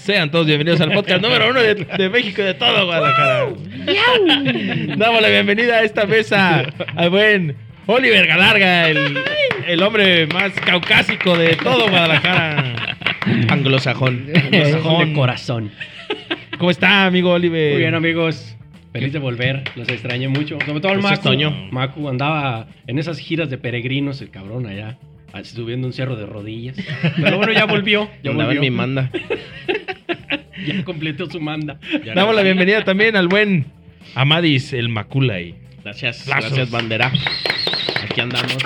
Sean todos bienvenidos al podcast número uno de, de México y de todo Guadalajara. Damos la bienvenida a esta mesa al buen Oliver Galarga, el, el hombre más caucásico de todo Guadalajara. Anglosajón. De Anglosajón. corazón. ¿Cómo está, amigo Oliver? Muy bien, amigos. Feliz de volver. Los extrañé mucho. Sobre todo al Pues Macu. es Toño. Macu andaba en esas giras de peregrinos, el cabrón allá, así subiendo un cerro de rodillas. Pero bueno, ya volvió. Ya Andaba en volvió. mi manda. Ya completó su manda. Damos la bienvenida también al buen Amadis, el Maculay. Gracias, Lazos. gracias, bandera. Aquí andamos.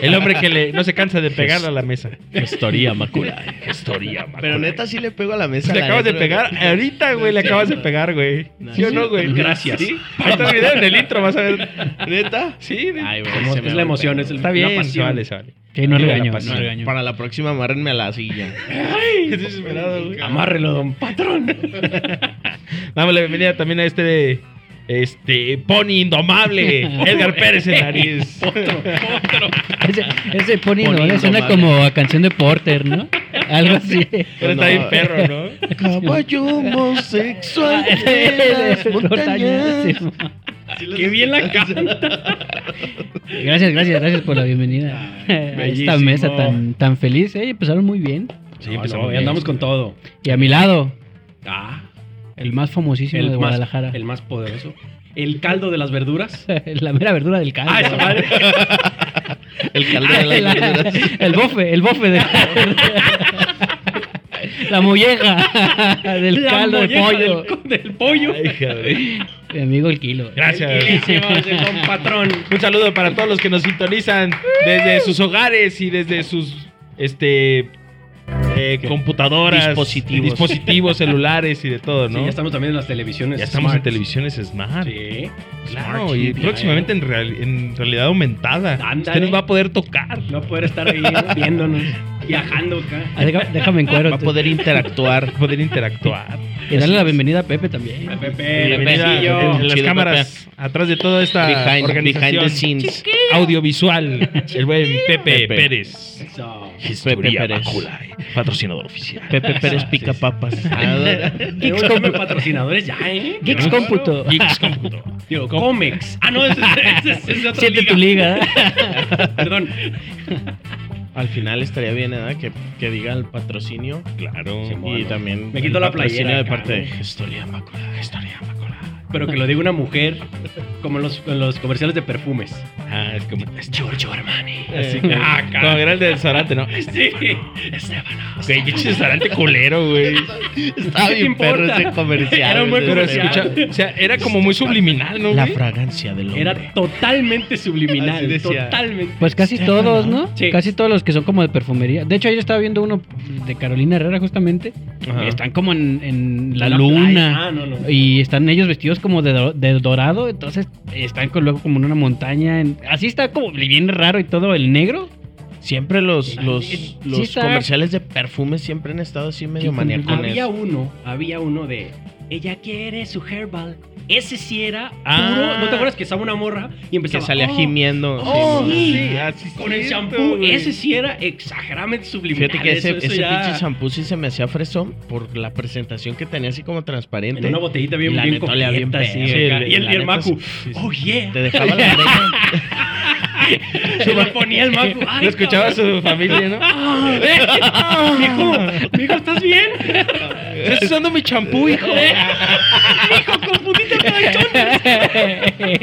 El hombre que le, no se cansa de pegar a la mesa. Gestoría macula. Gestoría, Maculay. Pero neta sí le pego a la mesa. Le la acabas de neta, pegar, güey. ahorita, güey, le acabas de pegar, güey. No, ¿Sí o sí, no, güey? gracias. ¿Sí? Ahí está el video en el intro, vas a ver. ¿Neta? Sí, neta. Ay, güey, Como- se me es va la el emoción, pedo. es el- está la bien, se pasión. vale, se vale. Sí, no Viva la regaño, pasión. no regaño. Para la próxima, amárrenme a la silla. Qué desesperado, güey. Amárrelo, don patrón. Damos la bienvenida también a este, este, pony indomable, Edgar Pérez en nariz. Ese, ese pony no, Poniendo suena madre. como a canción de Porter, ¿no? Algo así. Pero está bien perro, ¿no? Caballo homosexual Qué bien la canta. Gracias, gracias, gracias por la bienvenida a bellísimo. esta mesa tan, tan feliz. Eh, empezaron muy bien. Sí, No, empezamos no, y bien. andamos con todo. Y a mi lado, Ah, el más famosísimo de el más, Guadalajara. el más poderoso. El caldo de las verduras. La mera verdura del caldo. Ah, esa madre. El caldo de La- las verduras. el bofe, el bofe de La molleja del La caldo de molleja pollo. Del, del pollo. Ay, joder. Mi amigo el kilo. Gracias. Buenísimo, ese don patrón. Un saludo para todos los que nos sintonizan desde sus hogares y desde sus este eh, computadoras, Dispositivos. dispositivos celulares y de todo, ¿no? Sí, ya estamos también en las televisiones. Ya estamos en smart. televisiones smart. Sí. Claro, Smart y TV. eh. próximamente en, real- en realidad aumentada. Ándale. Usted nos va a poder tocar. No poder estar ahí viéndonos, viajando acá. Ah, deja- Déjame en cuero. Va a poder interactuar. Poder interactuar. Y darle la bienvenida a Pepe también. A Pepe, Bienvenida Pepecillo. en las Chido, cámaras atrás de toda esta Behind, behind the organización scenes. audiovisual. El buen Pepe, Pepe. Pérez. Eso. Pepe Pérez. Maculae, patrocinador oficial. Pepe Pérez pica papas. Tenemos come patrocinadores ya, ¿eh? Geeks Claro. Cómputo. Geeks Cómputo. Digo, Comex. Ah, no, ese es, ese es, ese es de otra Siente tu liga. liga. Perdón. Al final estaría bien, ¿eh? ¿verdad? Que, que diga el patrocinio. Claro. Sí, Y también. Me quito el la patrocinio playera de acá, parte ¿no? de Gestoría Macula. Gestoría Macula. Pero que lo diga una mujer, como en los, en los comerciales de perfumes. Ah, es como. Es Giorgio Armani. Así que. Ah, Como era el del restaurante, ¿no? Este, Sí, Estefano. Güey, pinche restaurante culero, güey. Estaba ¿Qué te bien perro importa? ese comercial. Era un buen ese Pero comercial. escucha, o sea, era como muy subliminal, ¿no? La güey? fragancia del hombre. Era totalmente Así subliminal. decía. Totalmente. Pues casi Estefano. todos, ¿no? Sí. Casi todos los que son como de perfumería. De hecho, ayer estaba viendo uno de Carolina Herrera justamente. Ajá. Están como en, en la, En playa. luna. Ah, no, no. Y están ellos vestidos como de, do- de dorado. Entonces están con- luego como en una montaña. en- así está como bien raro y todo el negro. Siempre los, Sí, los, los está- comerciales de perfumes siempre han estado así medio Sí, maniacones. Había uno, había uno de ella quiere su herbal. Ese sí era Ah. puro. ¿No te acuerdas que estaba una morra y Que empezaba salía "Oh, gimiendo. Oh, sí, sí, Sí, ah, sí es con el cierto, shampoo. güey. Ese sí era exageradamente subliminal. Fíjate que ese, eso- eso ese ya- pinche shampoo sí se me hacía fresón por la presentación que tenía así como transparente. En una botellita bien, La bien neta olía bien coqueta, así, perro, acá. sí, y el, la y el neta sí, Macu, sí, sí. oh yeah. Te dejaba la oreja. Se lo ponía el Macu. Ay, Lo escuchaba a su familia, ¿no? cabrón. Mijo, mijo, ¿estás bien? Estás usando mi champú, hijo. Mijo, con putita planchón.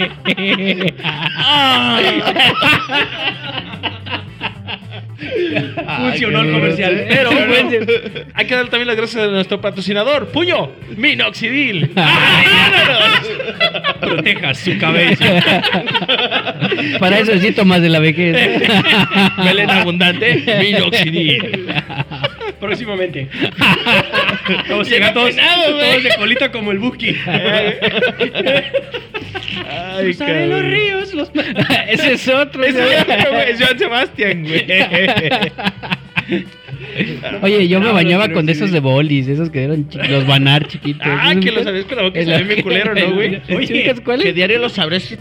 Funcionó el comercial. Pero Pero bueno, hay que dar también las gracias a nuestro patrocinador, Puño Minoxidil. proteja su cabello. Para eso necesito más de la vejez. Melena abundante, Minoxidil. Próximamente. Todos llegan todos, todos de colita como el Buki. Ay, Cruzaré los cabrón. ríos, los Ese es otro. Ese güey. es otro, güey, es Joan Sebastián, güey. Oye, yo me No, bañaba los con de esos de bolis, esos que eran chi- los banar chiquitos. Ah, que lo sabías con la boca. Es Se la- ve bien culero, ¿no, güey? Oye, ¿Chicas, ¿cuál Que es? diario lo sabrás.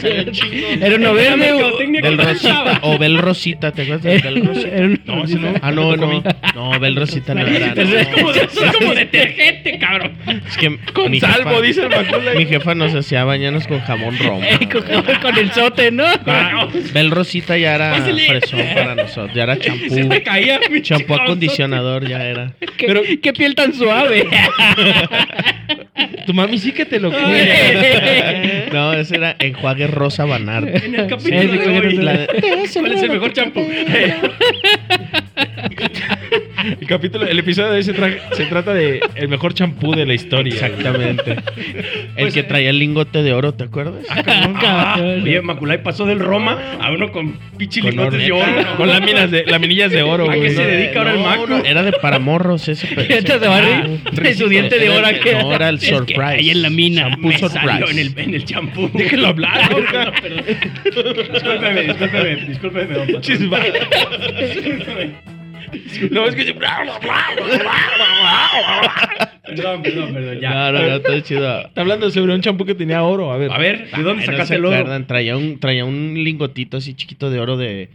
Era uno verde, güey. Bel Rosita. O Bel Rosita, ¿te acuerdas de Bel Rosita? Era uno- No, ese no. Ah, no, no. No, Bel Rosita no era. no. Es como, de- es como detergente, cabrón. Es que Con mi salvo, jefa- dice el Macula. Mi jefa nos hacía bañarnos con jamón romo. Eh, con, con el sote, ¿no? Ah, Bel Rosita ya era fresón para nosotros, ya era Se champú. te caía, mi Champú chico. acondicionador ya era. ¿Qué, qué piel tan suave. Tu mami sí que te lo cuida. Ay. No, ese era enjuague rosa banar. En el capítulo Sí, de sí, hoy, sí. la- ¿cuál es el mejor champú? El capítulo, el episodio de hoy se, tra- se trata de el mejor champú de la historia. Exactamente. El Pues, que traía el lingote de oro, ¿te acuerdas? Ah, oye, Maculay pasó del Roma a uno con Con pichilicotes de horneta. oro. güey. Con láminas de, laminillas de oro, ¿A qué güey. se dedica ahora el Macu? era de paramorros ese. pe- Este se va a reír. Ah, Su diente de oro era el- queda- No, era el Es que surprise. ahí en la mina. Shampoo Me surprise. salió en el, en el champú. Déjenlo hablar. discúlpeme, discúlpeme, discúlpeme, don patrón. Chisba. Discúlpeme. No, es que... Perdón, perdón, perdón, No, ya. no, no, todo chido. Está hablando sobre un champú que tenía oro, a ver. A ver, ¿de dónde Ay, no sacaste se el oro? acuerdan, Traía un, traía un lingotito así chiquito de oro de.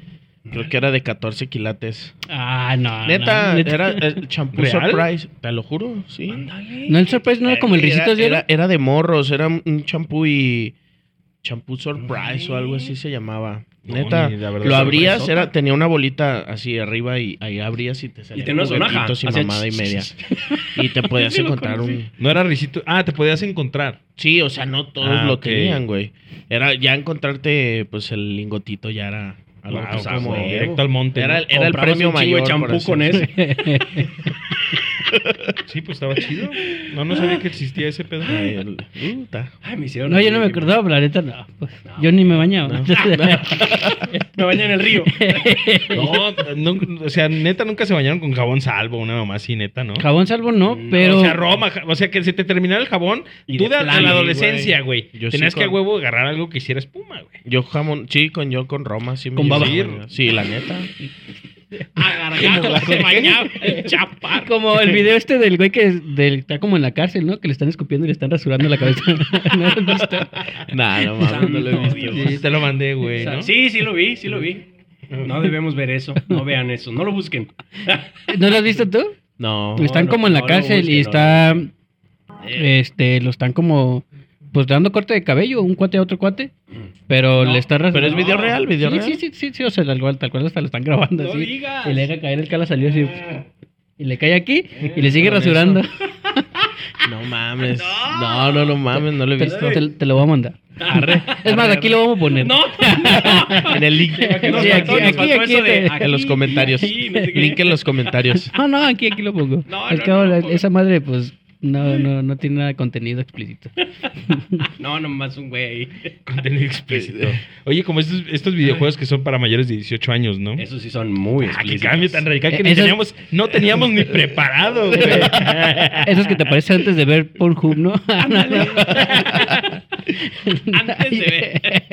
Creo que era de 14 quilates. Ah, no. Neta, no, era el champú ¿Real? surprise. Te lo juro, sí. No, el surprise no era como el risito de era, oro. era, era de morros, era un champú y. Champú surprise o algo así se llamaba. No, Neta, ni la verdad, lo abrías, sorpresota. era, tenía una bolita así arriba y ahí abrías y te salía. Y tenía una sonaja, sin hacía mamada y ch- media. y te podías Sí lo encontrar un. conocí. No era risito. Ah, te podías encontrar. Sí, o sea, no todos Ah, lo ok. tenían, güey. Era ya encontrarte, pues el lingotito ya era algo Wow, pues, como huevo. directo al monte. Era ¿no? el- era el Comprabas premio un chingo mayor, de por champú así con decirlo. ese. Sí, pues estaba chido. No, no sabía que existía ese pedo. Ay, Eh, el- puta. Ay, me hicieron. No, yo no me reír. acordaba, la neta, no. pues, yo ni me bañaba. Me bañé en el río. No, no, o sea, neta nunca se bañaron con jabón salvo, una mamá así, neta, ¿no? Jabón salvo no, No, pero. O sea, Roma, ja- o sea, que se te terminara el jabón, Y tú de de a plano, la adolescencia, güey. Yo sí Tenías que a con- huevo agarrar algo que hiciera espuma, güey. Yo jamón, sí, con yo con Roma, sí. me Con llevo baba. la verga. Sí, la neta. Agargado, se bañaba el chaparro. Como el video este del güey que es- del- está como en la cárcel, ¿no? Que le están escupiendo y le están rasurando la cabeza. ¿No lo has visto? Nah, no mames, no lo he Santo visto. Dios. Sí, te lo mandé, güey, ¿no? Sí, sí lo vi, sí lo vi. No debemos ver eso, no vean eso, no lo busquen. ¿No lo has visto tú? No. Está- están no, como en la no lo Eh. cárcel busquen, y no. está. Este, lo están como. Pues dando corte de cabello, un cuate a otro cuate. Pero No, le está rasurando. Pero es video real, video sí, real. sí, sí, sí, sí, o sea, tal cual, tal cual hasta lo están grabando No así. digas. Y le deja caer el cala salió así. Ah. Eh, Y le cae aquí y le sigue Con rasurando. No mames. No, no, no mames, no lo he Te, visto. te- te lo voy a mandar. es más, aquí lo vamos a poner. No, En el link. Sí, aquí- nos aquí- faltó aquí eso de te- aquí, En los comentarios. aquí, no sé qué. Link en los comentarios. Ah, No, no, aquí, aquí lo pongo. No, Al no, cabo, no, la- no. esa madre, pues, no, no, no tiene nada de contenido explícito. No, nomás un güey. Contenido explícito. Oye, como estos, estos videojuegos que son para mayores de 18 años, ¿no? Esos sí son muy Eh, Ah, qué explícitos. cambio tan radical que ni Eso- teníamos, no teníamos ni preparado, güey. Esos que te aparecen antes de ver Pornhub, ¿no? Antes de ver.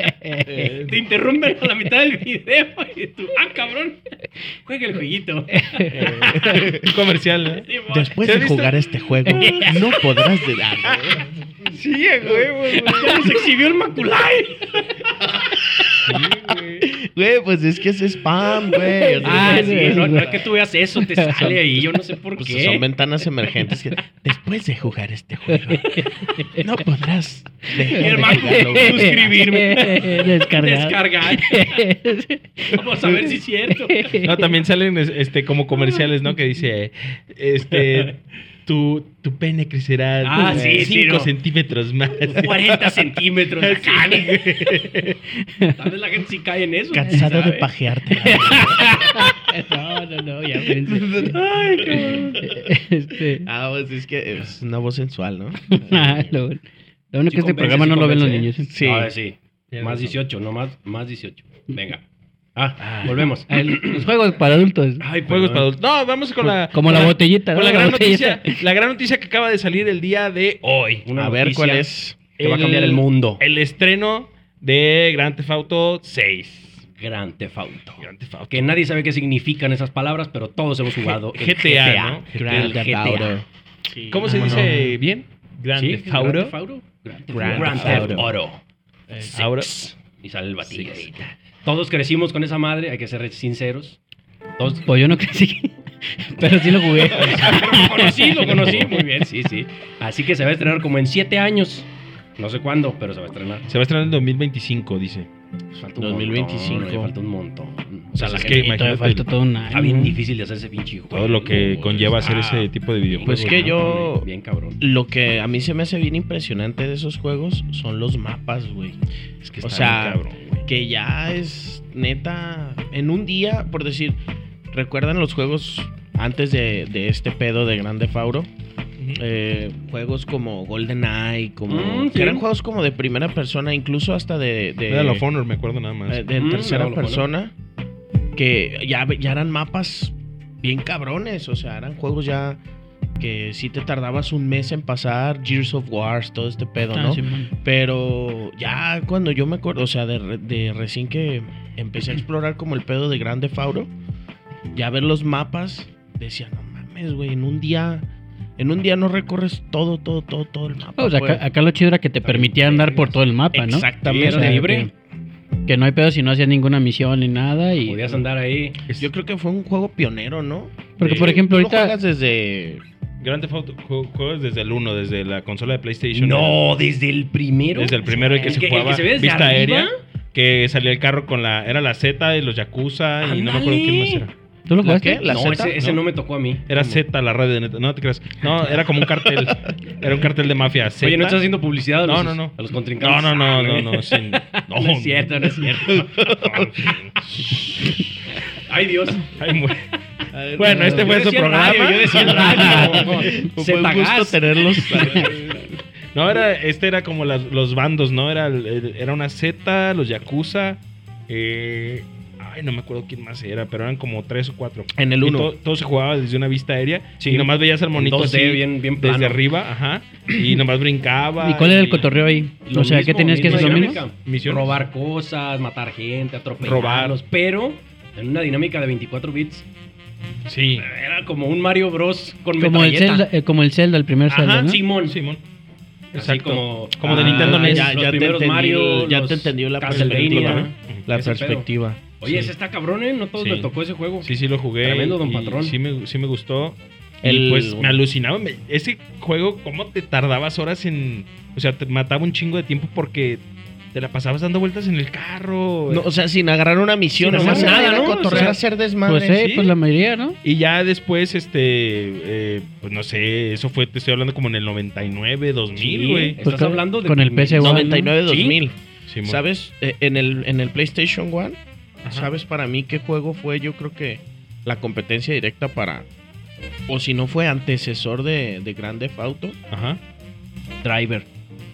ver. Te interrumpen a la mitad del video y tú, ah, cabrón, juega el jueguito. Un comercial, ¿no? Sí, mo- Después ¿Sí has de visto? jugar este juego, no podrás de ah, güey. Sí, a huevo, güey. Ya nos exhibió el Maculay. Güey, pues es que es spam, güey. Ah, Ah, sí, sí, no, sí, no sí. es que tú veas eso, te sale ahí, yo no sé por Pues son qué. ventanas emergentes que después de jugar este juego no podrás Y dejar el de Macu, jugarlo. güey. suscribirme. Descargar. Descargar. Vamos a ver si es cierto. No, también salen es- este, como comerciales, ¿no? Que dice, este, tu, tu pene crecerá Ah, sí, sí, 5 no. centímetros más. 40 centímetros. acá, güey. Tal vez la gente sí cae en eso. Cansado de ¿sabe? pajearte. No, no, no, ya pensé. Ay, cabrón. Este, Ah, pues es que es una voz sensual, ¿no? ah, lo, bueno. Lo bueno Sí que este convence, programa sí no lo ven los convence, niños. ¿eh? Sí. A ver, sí. Tienes Más razón. 18, no más, más 18. Venga. Ah, volvemos. ¿eh? A ver, Los juegos para adultos. Ay, Juegos perdón. para adultos. No, vamos con la. Como con la botellita, Con ¿no? la La gran botellita. noticia. La gran noticia que acaba de salir el día de hoy. Una a ver noticia cuál es. Que va a cambiar el El- mundo. El estreno de Grand Theft Auto 6. Grand Theft Auto. Grand Theft Auto. Que nadie sabe qué significan esas palabras, pero todos hemos jugado el GTA, ¿no? Grand Grand Theft Auto. ¿Cómo se ¿Cómo dice bien? Grand Sí, Theft Auto. Grand Theft Auto. Grand Grand Theft Theft Auto. Eh, Six. ahora- Y sale el batillo ahorita. Todos crecimos con esa madre, hay que ser sinceros. Todos Pues yo no crecí, pero sí lo jugué. lo conocí, lo conocí. Muy bien, sí, sí. Así que se va a estrenar como en siete años. No sé cuándo, pero se va a estrenar. Se va a estrenar en 2025, dice. Pues falta un 2025. montón, oye, falta un montón. O sea, la es gente- que Y todavía imagínate falta todo un año. está bien difícil de hacer ese pinche juego. Mm. Todo lo que Pues, conlleva hacer ah, ese tipo de videojuegos. Pues que cabrón, yo- güey, Bien cabrón. Lo que a mí se me hace bien impresionante de esos juegos son los mapas, güey. Es que o está sea, bien cabrón, güey. Que ya es neta. En un día, por decir, ¿recuerdan los juegos antes de, de este pedo de Grande Fauro? Eh, juegos como GoldenEye, como. Mm, que sí. eran juegos como de primera persona, incluso hasta de. de Era la Honor, me acuerdo nada más. eh, de Mm, tercera Medal of persona. Honor. Que ya, ya eran mapas bien cabrones. O sea, eran juegos ya que si te tardabas un mes en pasar. Gears of Wars, todo este pedo, Ah, ¿no? Simón. Pero ya cuando yo me acuerdo, o sea, de, re- de recién que empecé a explorar como el pedo de Grande Fauro, ya ver los mapas, decía, no mames, güey, en un día, en un día no recorres todo, todo, todo, todo el mapa. Oh, O sea, pues". acá, acá lo chido era que te permitía andar por todo el mapa, ¿no? Sí, era O sea, libre. Que, que no hay pedo si no hacías ninguna misión ni nada. Y, Podías andar ahí. Yo creo que fue un juego pionero, ¿no? porque, de- por ejemplo, Tú lo ahorita. juegas desde... Grand Theft Auto ju- juegas desde el 1, desde la consola de PlayStation. No, desde el primero. Desde el primero el que El se que- el jugaba que se ve desde vista arriba. aérea, que salía el carro con la era la Z de los Yakuza y no me acuerdo Ándale. quién más era. ¿Tú lo jugaste? qué? ¿La no, Z? ese, ese no. me tocó a mí. Era ¿Cómo? Z la radio de neta, no te creas. No, era como un cartel. Era un cartel de mafia. Z. Oye, ¿no estás haciendo publicidad a los, No, no, no. A los contrincantes? no, no, no, no, no, no. sin- no, No es cierto, no es cierto. Ay, Dios. Ay, mu- Bueno, este fue Yo su decía programa. radio, yo decía radio. Fue un Ah, gusto Zetagás. tenerlos. No, era, este era como las- los bandos, ¿no? Era, el- el- era una Z, los Yakuza. eh, ay, no me acuerdo quién más era, pero eran como tres o cuatro. en el Y uno. to- todo se jugaba desde una vista aérea. Sí. Y nomás veías al monito 2D, así, bien, bien plano. desde arriba, ajá. Y nomás brincaba. ¿Y cuál era el cotorreo ahí? Lo o sea, ¿qué mismo, tenías que misma hacer lo mismo? dinámica. Misiones. Robar cosas, matar gente, atropellarlos. Robar. Pero en una dinámica de 24 bits. Sí. Era como un Mario Bros. con Como el, metralleta. Zelda, eh, como el Zelda, el primer Zelda, Ajá, ¿no? Simón. Simón. Simón. Así Exacto. como, Como de Ah, Nintendo NES. Ya, ya, ya te primeros entendí, Mario, ya los te entendió la Castlevania. perspectiva. La Ese pedo. perspectiva. Oye, Sí. ese está cabrón, ¿eh? No todos Sí. les tocó ese juego. Sí, sí lo jugué. Tremendo Don y Patrón. Sí me, sí me gustó. El- Y pues me alucinaba. me- ese juego, ¿cómo te tardabas horas en...? O sea, te mataba un chingo de tiempo porque te la pasabas dando vueltas en el Pues. carro. No, o sea, sin agarrar una misión, Sin nomás hacer nada, nada, era ¿no? cotorrear, O sea, hacer desmadre. Pues eh, sí. pues la mayoría, ¿no? Y ya después, este, eh, pues no sé, eso fue, te estoy hablando como en el 99, 2000, Sí, güey. Estás Porque hablando de con el primeros- PS1, ¿no? 99 2000. Sí, mo- ¿Sabes? Eh, en, el, en el PlayStation One, Ajá. ¿sabes para mí qué juego fue? Yo creo que la competencia directa para. O si no fue antecesor de, de Grand Theft Auto, Ajá. Driver.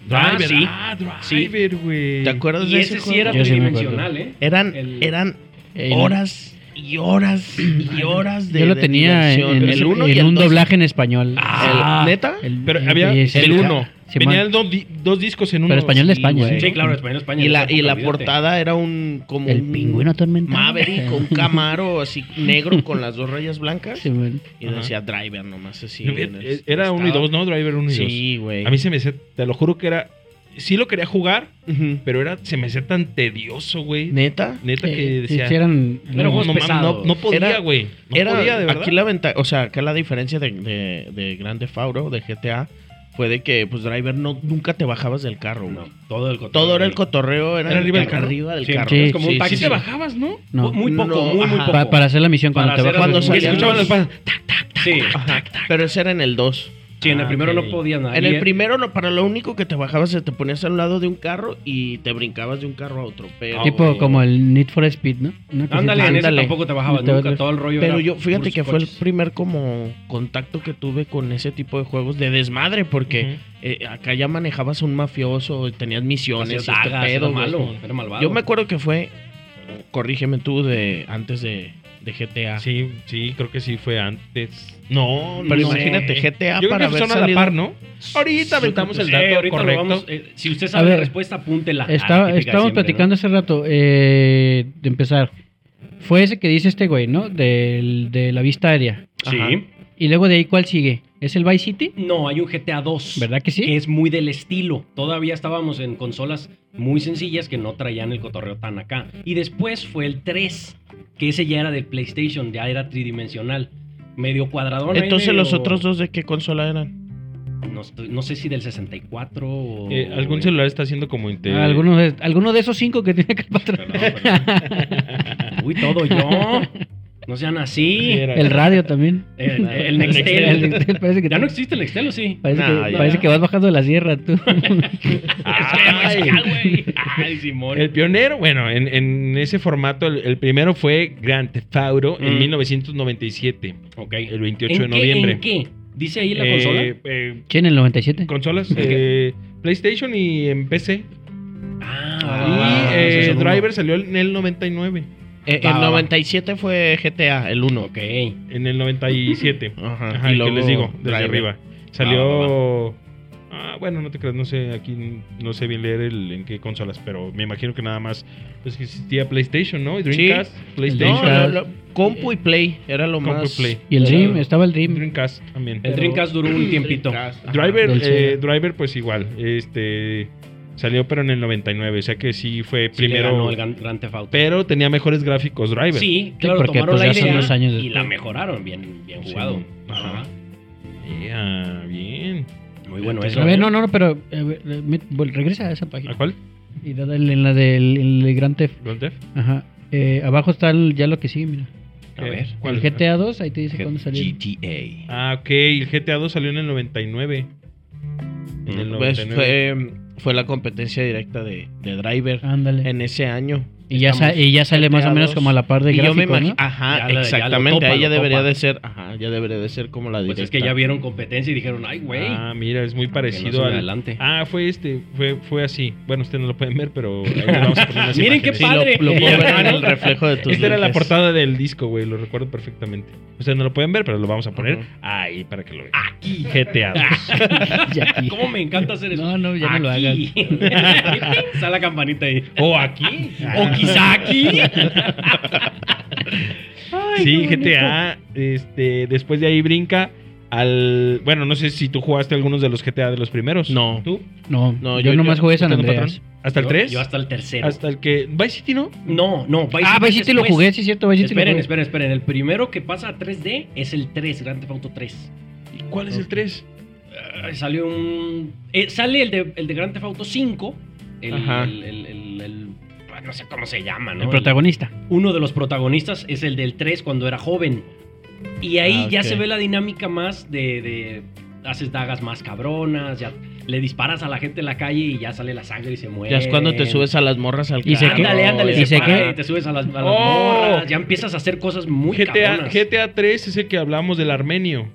Ah, Driver, sí. ah, Sí. Driver, güey. ¿Te acuerdas Y de ese sí juego? era Yo sí me tridimensional, ¿eh? Eran, el- eran Eh, horas y horas y horas de. Yo lo de tenía en, diversión. en- el uno y en el un dos. doblaje en español. Ah, El- ¿Neta? El- pero había sí, el sí, uno. Simón. Venían dos, di- dos discos en uno. Pero español de Sí, España, güey. ¿eh? Sí, claro, español, español. Y la, esa y la época, olvídate. portada era un. Como El un pingüino atormentado. Maverick con Camaro así negro con las dos rayas blancas. Simón. Y Ajá. decía driver nomás así. en el- Era uno y estaba- dos, ¿no? Driver uno y dos. Sí, güey. A mí se me hacía, te lo juro que era, sí lo quería jugar, Ujú. pero era, se me hacía tan tedioso, güey. Neta. Neta que Eh, sí, decía, sí, eran- Pero no, juegos no, mames, no, pesados. no podía, Era- güey. No Era, podía, de verdad. aquí la ventaja, o sea, acá la diferencia de, de, de Grande Fauro, de GTA, fue de que, pues, Driver no, nunca te bajabas del carro, güey. No, todo el Todo era el cotorreo, era, Era arriba del carro. arriba del Sí, carro. sí, como un taxi. Sí te bajabas, ¿no? no. Muy poco, No, muy, muy ajá. poco. Pa- para hacer la misión cuando Para te hacer bajas. Cuando las- Y salían escuchaban los- las pajas. Sí, Ajá. Pero ese era en el 2. sí, en el Ah, primero ok. no podía nada. En Y el primero, no, para lo único que te bajabas, se te ponías al lado de un carro y te brincabas de un carro a otro. Pero, Tipo como el Need for Speed, ¿no? Una cosita Ándale, en así. ese Ándale. tampoco te bajabas No te nunca, bajas. todo el rollo Pero era yo, fíjate puros que fue el coches. primer como contacto que tuve con ese tipo de juegos de desmadre, porque eh, acá ya manejabas un mafioso, tenías Hacía misiones, y este dagas, pedo, era güey. malo, era malvado. Yo me acuerdo que fue, corrígeme tú, de antes de, de GTA. Sí, sí, creo que sí fue antes. No, Pero pero imagínate, imagínate GTA Yo creo para que son haber a la salido. par, ¿no? Ahorita aventamos el Sí, dato ahorita lo correcto. vamos, eh, si usted sabe A la ver, respuesta, apúntela. Está- Ah, típica de estábamos siempre, platicando ¿no? hace rato eh, de empezar. Fue ese que dice este güey, ¿no? Del- de la vista aérea. Sí. Y luego de ahí, ¿cuál sigue? ¿Es el Vice City? No, hay un GTA 2. ¿Verdad que sí? Que es muy del estilo. Todavía estábamos en consolas muy sencillas que no traían el cotorreo tan acá. Y después fue el 3, que ese ya era del PlayStation, ya era tridimensional. Medio cuadradón. ahí Entonces, medio- los otros dos de qué consola eran? No, estoy- no sé si del 64 o. Eh, algún celular está haciendo como inter... Ah, alguno, de, alguno de esos cinco que tiene acá para atrás. Perdón, perdón. Uy, todo yo. No sean así. Sí, era- El radio también. El, el El Nextel. Nextel, parece que, Ya no existe el Nextel, ¿o sí? parece Nah, que- ya. parece que vas bajando de la sierra tú. Ay, Ay, Ah, pues, güey. Ay, Simón. el pionero, bueno, en, en ese formato, el, el primero fue Grand Theft Auto en Mm. 1997, Ok. el 28 ¿En de qué- noviembre. ¿En qué? ¿Dice ahí la Eh, consola? eh, ¿Quién? ¿En el 97? consolas, ¿En eh, PlayStation y en PC. y Ah, ah, eh, ese es el uno. Driver salió en el 99. Eh, Va, va, el va. 97 fue GTA, el 1. Ok. En el 97. Ajá. Ajá, y luego que les digo, desde Driver. arriba. Salió. Ah, bueno, no te creas, no sé, aquí no sé bien leer el, en qué consolas, pero me imagino que nada más pues, que existía PlayStation, ¿no? Y Dreamcast, No, PlayStation, la- la- Compu y Play era lo Compu y más. Play. Y el Era- Dream, estaba el Dream. Dreamcast también. El Dreamcast duró un tiempito. Dreamcast, ajá. Driver, del eh, Sega. Driver, pues igual, este salió pero en el 99, o sea que sí fue Sí, le primero, ganó el Gran, Grand Theft Auto. pero tenía mejores gráficos Driver. sí, claro, porque, tomaron pues, la ya son idea unos años y la después. mejoraron. Bien, bien jugado. Sí. Ajá. Yeah, bien. Muy bueno eso. Pues, A ver, no, no, no, pero eh, eh, me- vol- regresa a esa ¿A página. cuál? Y dale en la del el Grand Theft. ¿Grand Theft? Ajá. Eh, abajo está el- ya lo que sigue, mira. A ¿Qué? ver. ¿Cuál? El GTA 2, ahí te dice cuándo salió. GTA. Ah, ok, el GTA 2 salió en el 99. En Mm, el Pues, 99. fue, fue la competencia directa de, de Driver Ándale. en ese año. Y ya, sa- estamos y ya sale más o GTA menos 2. como a la par de Y yo me gráficos, imagino, ¿no? ajá, Ya la- ya lo exactamente, topa, ahí ya lo debería topa. de ser, ajá, ya debería de ser como la Pues directa. es que ya vieron competencia y dijeron, ay, güey. Ah, mira, es muy que parecido no se me al. adelante. Ah, fue este, fue, fue así. Bueno, ustedes no lo pueden ver, pero ahí les vamos a poner unas Miren qué imágenes. Sí, lo- padre. lo, puedo ver en Hermano. el reflejo de tus Esta era la lentes. portada del disco, güey, lo recuerdo perfectamente. Ustedes no lo pueden ver, pero lo vamos a poner Ajá. ahí para que lo vean. Aquí. GTA 2. Ya, y- ¿Cómo me encanta hacer eso? No, no, ya no lo hagas. Aquí. Sale la campanita ahí. o aquí. O quizá aquí. sí, GTA. Este, después de ahí brinca al. Bueno, no sé si tú jugaste algunos de los GTA de los primeros. No. ¿Tú? No, No, yo, yo- nomás yo- jugué San ¿Usted no, Andreas. patrón? ¿Hasta el Yo- 3? Yo hasta el tercero. Hasta el que. Vice City, ¿no? No, no. Vice Ah, City Vice City lo después. jugué, sí es cierto, Vice City lo Esperen, jugué. esperen, esperen. El primero que pasa a 3D es el 3, Grand Theft Auto 3. ¿Y ¿Cuál es el 3? Ah, sale un... eh, sale el de, el de Grand Theft Auto 5. El, Ajá. el- el- el- el- ah, no sé cómo se llama, ¿no? El protagonista. uno de los protagonistas es el del 3 cuando era joven. Y ahí Ah, ya ok. se ve la dinámica más de, de- Haces dagas más cabronas, ya le disparas a la gente en la calle y ya sale la sangre y se muere. Ya es cuando te subes a las morras al Y se carro, Ándale, ándale, y se para, que- y te subes a las, a las Oh. morras, ya empiezas a hacer cosas muy GTA, cabronas. GTA 3 es el que hablamos del armenio.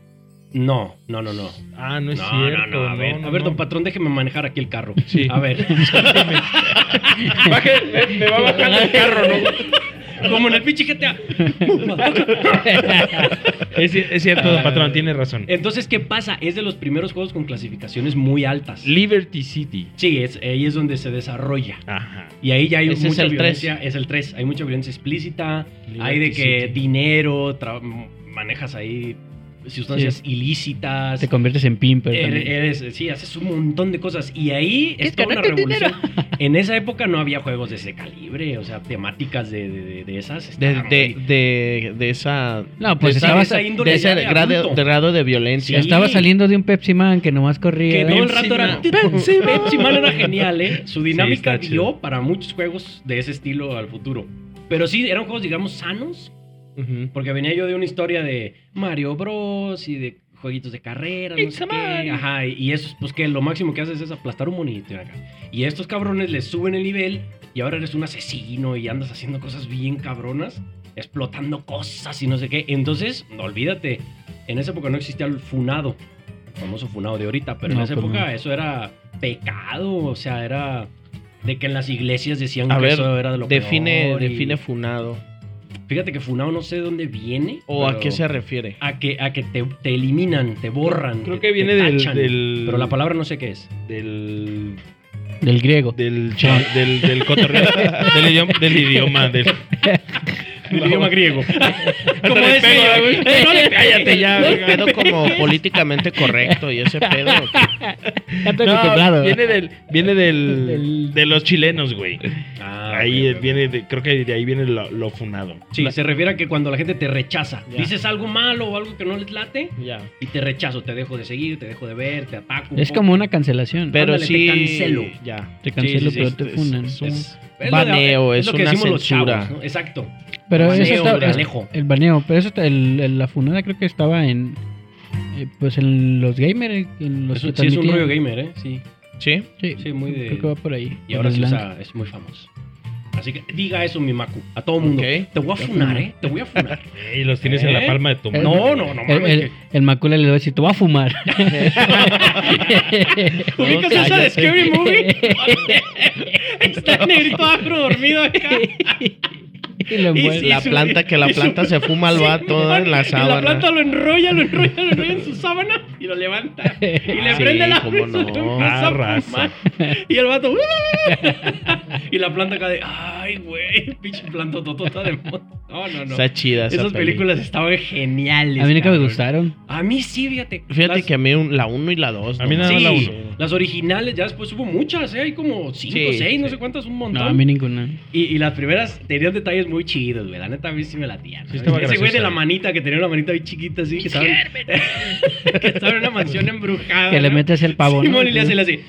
No, no, no, no. Ah, no es no, cierto. no, no, a ver, no, a ver, no. don patrón, déjeme manejar aquí el carro. Sí. A ver, Baje, me, me va bajando el carro, ¿no? como en el pinche GTA. Es, es cierto, Ah, don patrón, tiene razón. Entonces, ¿qué pasa? Es de los primeros juegos con clasificaciones muy altas. Liberty City. Sí, es, ahí es donde se desarrolla. Ajá. Y ahí ya hay Ese es mucha el tres. violencia. Es el 3. Hay mucha violencia explícita. Liberty hay de que City. dinero, tra- manejas ahí sustancias ilícitas. Te conviertes en pimper. eres- también. eres- sí, haces un montón de cosas. Y ahí ¿Quieres es toda una ganarte revolución. En esa época no había juegos de ese calibre. O sea, temáticas de, de- de- de esas. de, estaban de, muy- de, de esa No, pues de esa- estaba- esa índole de ya ese de grado, adulto. de grado de violencia. Sí. Estaba saliendo de un Pepsi Man que nomás corría. Que todo el rato era. Pepsi Pepsi Man era genial, ¿eh? Su dinámica está dio chido. para muchos juegos de ese estilo al futuro. Pero sí, eran juegos, digamos, sanos. Ujú. Porque venía yo de una historia de Mario Bros y de jueguitos de carrera, no It's sé a qué. Mario. Ajá, y, y eso, pues que lo máximo que haces es aplastar un monito y acá. Y estos cabrones les suben el nivel y ahora eres un asesino y andas haciendo cosas bien cabronas, explotando cosas y no sé qué. Entonces, no, olvídate, en esa época no existía el funado, el famoso funado de ahorita, pero en No, esa pues época no. eso era pecado, o sea, era de que en las iglesias decían A que ver, eso era de lo Define, peor y- define funado. Fíjate que Funao no sé de dónde viene. ¿O a pero- qué se refiere? A que, a que te, te eliminan, te borran. Creo te- que viene te del, tachan. del. Pero la palabra no sé qué es. Del. Del griego. Del. cha- Del, del cotorreo. del idioma. Del idioma. Del, El idioma griego. ¿Cómo es, pego, güey? güey. No le- cállate ya, El güey. pedo como políticamente correcto y ese pedo. Ya estoy No, acostumbrado. viene del. Viene del. Del- De los chilenos, güey. Ah, Ahí ok, eh, ok. viene. de- creo que de ahí viene lo, lo funado. Sí, se refiere a que cuando la gente te rechaza, Ya. dices algo malo o algo que no les late Ya. y te rechazo, te dejo de seguir, te dejo de ver, te ataco. un Es poco. como una cancelación. Pero Ándale, te sí. cancelo. Ya. te cancelo, sí, sí, pero es- te es- funan. es un- Es, es Baneo, lo es lo que una decimos los censura. chavos, ¿no? Exacto. Pero Baneo, eso está, es- alejo. el baneo, pero eso está- el- el- la funada creo que estaba en eh, pues en los gamers, en los Es que un- sí, es un transmitían. rollo gamer, ¿eh? Sí. ¿Sí? Sí, sí, muy de- Creo que va por ahí. Y ahora por sí, o el sea, es muy famoso. Así que diga eso, mi Macu, a todo mundo. Ok. Te voy a funar, ¿eh? Te voy a funar. Y los tienes en la ¿Eh? palma de tu mano. No, no, no el, mames. el, el Macula le va a decir, tú vas a fumar. que- ¿Ubicas esa de Scary Movie? Está el negrito afro dormido acá. y lo Y envuelve. sí, La su- planta que la y su- planta se fuma al Sí, vato en la y La planta sábana. lo enrolla, lo enrolla, lo enrolla en su sábana y lo levanta. Y le Ah, Sí, prende la cómo no. Ah, Arrasa. Y el vato. y la planta acá de. Ay, güey. Pinche planta totota de moto. No, no, no. Está chida esa Esas peli. películas estaban geniales. A mí nunca me cabrón. gustaron. A mí sí, fíjate. Fíjate Las- que a mí un- la 1 y la 2. A mí nada Sí, más la uno. las originales, ya después hubo muchas, ¿eh? Hay como cinco, Sí, seis, no sí. sé cuántas, un No, montón. a mí ninguna. Y, y las primeras tenían detalles muy chidos, güey. La neta a mí sí me latían. Sí, ¿no? estaba Ese güey graciosa. de la manita, que tenía una manita bien chiquita así, que estaba, que estaba en una mansión embrujada. Que le ¿no? metes el pavo, Simón ¿no? y le hace, le hace.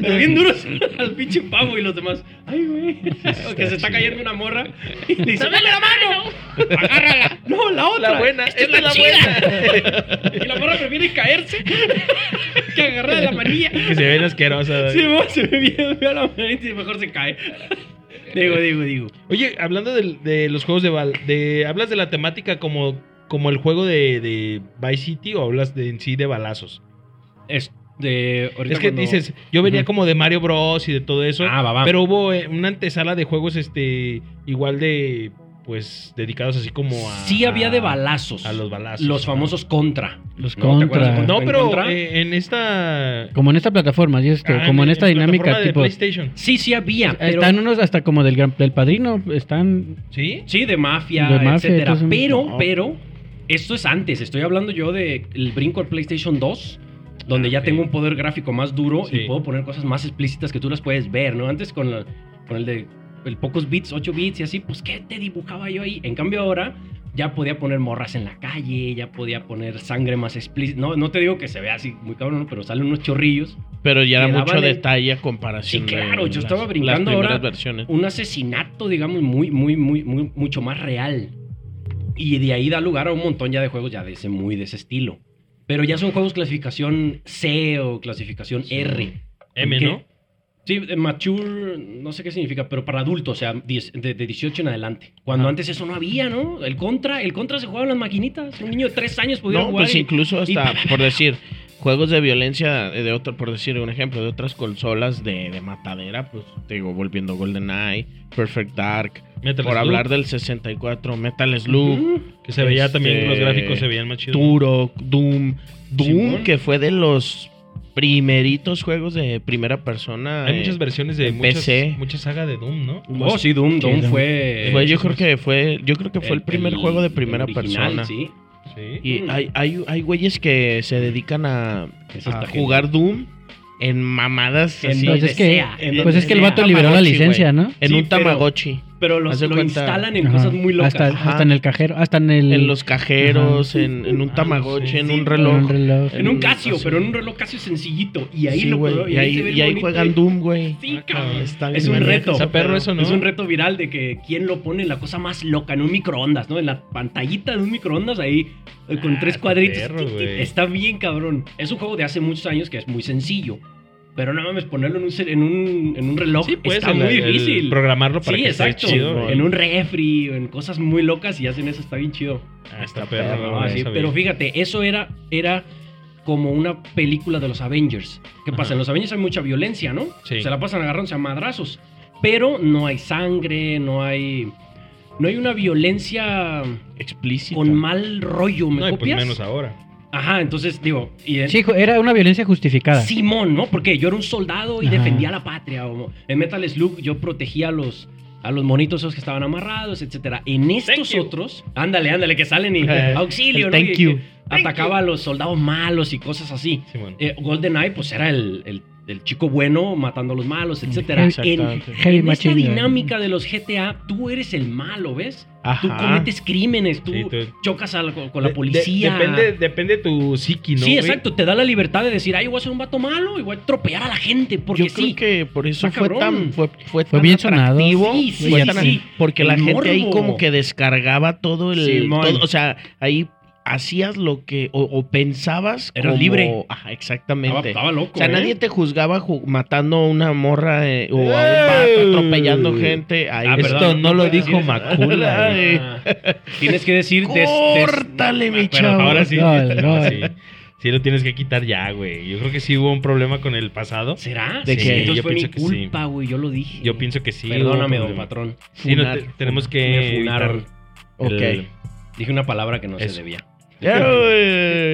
Pero bien duro al pinche pavo y los demás. Ay, güey. O que se está cayendo una morra y le dice: ¡Dame la mano! ¡Agárrala! No, la otra. La buena, esta es la buena. Y la morra prefiere caerse que agarrar de la manilla. que se ven asquerosas. Sí, mo, se ve bien, veo la manita y mejor se cae. Digo, digo, digo. Oye, hablando del- de, los juegos de bal, de, ¿hablas de la temática como, como el juego de, de Vice City o hablas de, en sí de balazos? Es de. ahorita es que cuando- dices, yo venía Ujú. como de Mario Bros y de todo eso, Ah, va, va. pero hubo eh, una antesala de juegos este igual de, pues, dedicados así como a... sí había de a- balazos. A los balazos. Los famosos contra. Los No, ¿te acuerdas? contra. No, ¿En pero contra? eh, en esta... Como en esta plataforma, ¿sí? esto, ah, como en esta dinámica plataforma de tipo... PlayStation. Sí, sí había. Pero, Están unos hasta como del gran del padrino, están ¿Sí? Sí, de mafia, De mafia, etcétera. entonces, pero, no. pero, esto es antes. Estoy hablando yo de el brinco al PlayStation 2, donde ya Ah, ok. tengo un poder gráfico más duro Sí. y puedo poner cosas más explícitas que tú las puedes ver, ¿no? Antes con, la- con el de el pocos bits, 8 bits y así, pues, ¿qué te dibujaba yo ahí? En cambio, ahora. Ya podía poner morras en la calle, ya podía poner sangre más explícita. No, no te digo que se vea así muy cabrón, pero salen unos chorrillos. Pero ya era Le daban mucho el- detalle a comparación. Sí, de claro, yo las- estaba brincando las primeras ahora. versiones. un asesinato, digamos, muy, muy, muy, muy, mucho más real. Y de ahí da lugar a un montón ya de juegos ya de ese, muy de ese estilo. Pero ya son juegos clasificación C o clasificación R. M, ¿Qué? ¿no? Sí, de mature, no sé qué significa, pero para adultos, o sea, 10 de, de 18 en adelante. Cuando Ajá. antes eso no había, ¿no? El contra, el contra se jugaba en las maquinitas. Un niño de 3 años podía No, jugar. pues y- incluso y- hasta, por decir, juegos de violencia, eh, de otro, por decir un ejemplo, de otras consolas de, de matadera, pues te digo, volviendo GoldenEye, Perfect Dark, Metal por Slug, hablar del 64, Metal Slug, Ujú. Que se veía también, este, los gráficos se veían más chidos. Turok, Doom, Doom, Simón. que fue de los primeritos juegos de primera persona. Hay eh, muchas versiones de en muchas, PC. muchas sagas de Doom, ¿no? Oh, sí, Doom, Doom Doom. fue... fue- yo creo que fue, yo creo que fue el, primer juego de el primera original, persona. Sí, Sí. Y Mm. hay, hay, hay güeyes que se dedican a, Eso a está jugar Doom en mamadas En así. donde pues es que sea, en pues donde es que el sea. vato liberó la Tamagotchi, licencia, ¿no? En Ah, Sí, un pero- Tamagotchi. Pero los, Haz de lo cuenta- instalan en Ajá. cosas muy locas. Hasta, Ajá. hasta en el cajero, hasta en el En los cajeros, en, en un Ah, Tamagotchi, sí, en sí, un en reloj. un reloj. En un Casio, Así. pero en un reloj Casio sencillito. Y ahí Sí, lo güey, puedo- Y ahí, se ve y ahí bonito. eh. juegan Doom, güey. Sí, Ah, cabrón. cabrón. Ah, Está Es bien un verga reto. ese Está perro eso, ¿no? Es un reto viral de que quién lo pone en la cosa más loca, en un microondas, ¿no? En la pantallita de un microondas ahí eh, con Ah, tres está cuadritos. perro, Tic, tic, güey. está bien, cabrón. Es un juego de hace muchos años que es muy sencillo. Pero no mames, ponerlo en un, cel- en un, en un reloj Sí, pues, está el- muy el difícil. Programarlo para Sí, que exacto. esté chido. En un refri, en cosas muy locas y hacen eso, está bien chido. Ah, está perro. No, güey, sí, esa pero vida. fíjate, eso era, era como una película de los Avengers. ¿Qué pasa? Ajá. En los Avengers hay mucha violencia, ¿no? Sí. Se la pasan agarrándose a madrazos. Pero no hay sangre, no hay. no hay una violencia Explícita. con mal rollo, ¿me No, y pues copias? menos ahora. Ajá, entonces digo, y el- Sí, jo- era una violencia justificada. Simón, ¿no? Porque yo era un soldado y Ajá. defendía la patria. o- en Metal Slug yo protegía a los, a los monitos esos que estaban amarrados, etcétera. En estos you. otros, ándale, ándale, que salen y Eh, auxilio, el ¿no? Y thank que you. atacaba a los soldados malos y cosas así. Simón. Eh, GoldenEye, pues era el, el- el chico bueno matando a los malos, etcétera. En, Exactamente. Heavy en esta machine gun. dinámica de los GTA, tú eres el malo, ¿ves? Tú Ajá. cometes crímenes, tú, Sí, tú- chocas al- con, con De- la de- policía. depende, depende tu psiqui, ¿no? Sí, güey? exacto. Te da la libertad de decir, ay, yo voy a ser un vato malo y voy a atropellar a la gente. Porque Yo creo sí. que por eso Está fue cabrón. tan, fue, fue Fue tan bien sonado. atractivo, Sí, sí, fue sí, tan- sí. Porque la El gente ahí morbo. como que descargaba todo el... Simón. todo- o sea, ahí hacías lo que... O, o pensabas Eras como- libre. Ajá, Estaba, exactamente. estaba loco. O sea, ¿eh? nadie te juzgaba ju- matando a una morra eh, o a un ¡Eh! vato, atropellando gente. Ahí Ah, está. Esto perdón, no, no lo puedes dijo decir eso. Macula. güey. Ah, Tienes que decir. des- des- ¡Córtale, mi Pero chavo! ah, ahora sí. No, no. Sí. Sí lo tienes que quitar ya, güey. Yo creo que sí hubo un problema con el pasado. ¿Será? ¿De Sí, qué? Entonces Yo fue mi pienso que sí. culpa, güey. Yo lo dije. Yo pienso que sí. Perdóname, hubo un problema. don patrón. Sí, no, Funar. te- tenemos que Me evitar funaron. el- Ok. el- Dije una palabra que no Eso. se debía.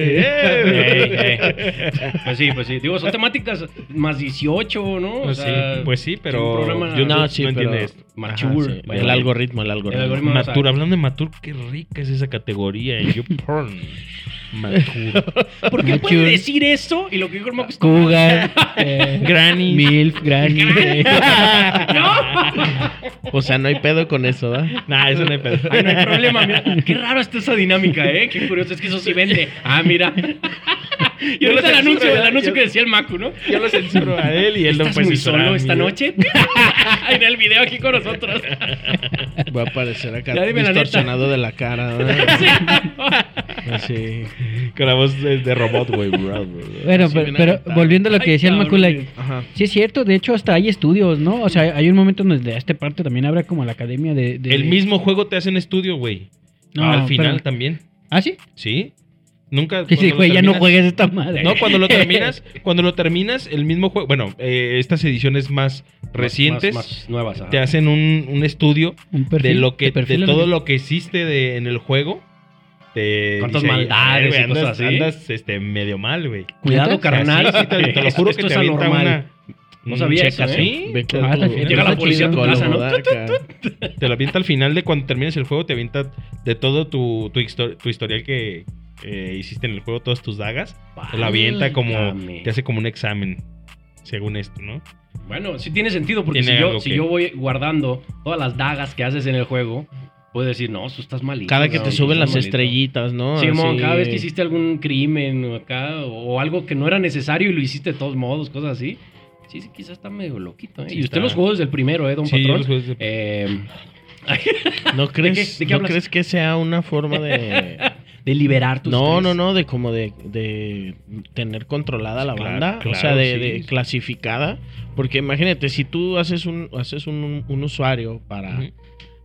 Eh, eh. Pues sí, pues sí. Digo, son temáticas más 18, ¿no? O Pues sí, sea, pues sí, pero un programa- yo no, No, sí, no pero- entiendes. mature. Ajá, sí. Bueno, el algoritmo, el algoritmo. el algoritmo no Matur, sabe. hablando de Matur, qué rica es esa categoría en YouPorn. Matur. ¿Por qué Mature. puede decir eso? Y lo que dijo el Marco está Cougar, eh, Granny. Milf, Granny. O sea, no hay pedo con eso, ¿verdad? Nah, eso no hay pedo. Ay, no hay problema, mira. Qué raro está esa dinámica, ¿eh? Qué curioso, es que eso sí vende. Ah, mira. Y Yo lo ahorita el censuro, anuncio, el ya, anuncio ya. que decía el Macu, ¿no? Yo lo censuro a él y él no ¿Estás puede muy censurar a solo mí, esta güey. noche? en el video aquí con nosotros. Voy a aparecer acá Ya dime la neta. distorsionado de la cara, ¿verdad? Así. Con la voz de, de robot, güey. bro, bro. Bueno, Sí, pero, bien pero aventada. volviendo a lo que Ay, decía el cabrón, Macula, güey. Ajá. sí es cierto, de hecho hasta hay estudios, ¿no? O sea, hay un momento en donde a este parte también habrá como la academia de... de- El mismo juego te hacen estudio, güey. No, Al final pero- también. ¿Ah, sí? ¿Sí? Nunca. Que sí, Pues cuando lo güey, ya no terminas- juegues esta madre. No, cuando lo terminas, cuando lo terminas, el mismo juego. Bueno, eh, estas ediciones más recientes Más, más nuevas, ajá. te hacen un, un estudio Un perfil, de lo que, te de perfilan. todo lo que hiciste de- en el juego. Te ¿Cuántas dice ahí, maldades "Ay, güey, y cosas andas- así? Andas este, medio mal, güey. Cuidado, ¿Neta? carnal. O sea, sí, sí, te, te lo juro Esto que te es avienta anormal. una. No sabía un eso, checa, ¿eh? sí. Ven con Ah, tu- está chido. Llega la Está policía a tu chido. casa, ¿no? psicólogo, ¿verdad? Acá. Te lo avienta al final de cuando terminas el juego, te avienta de todo tu, tu, histo- tu historial que eh, hiciste en el juego, todas tus dagas. Te lo avienta como. Válgame. Te hace como un examen. Según esto, ¿no? Bueno, sí tiene sentido porque Tiene si, yo, algo si que- yo voy guardando todas las dagas que haces en el juego, puedo decir, no, tú estás malito. Cada que te no, suben tú las estás malito". estrellitas, ¿no? Simón, Así. cada vez que hiciste algún crimen o acá, o algo que no era necesario y lo hiciste de todos modos, cosas así. Sí, sí, quizás está medio loquito, ¿eh? Sí, y usted está. los jugó desde el primero, ¿eh, don Sí, yo Patrón? los juegos de- Eh, ¿No crees, qué- de qué no hablas? crees que sea una forma de... de liberar tus No, estrés. no, no, de como de, de tener controlada la Claro, banda, o claro, sea, de, sí. de clasificada, porque imagínate, si tú haces un, haces un, un usuario para, Ujú.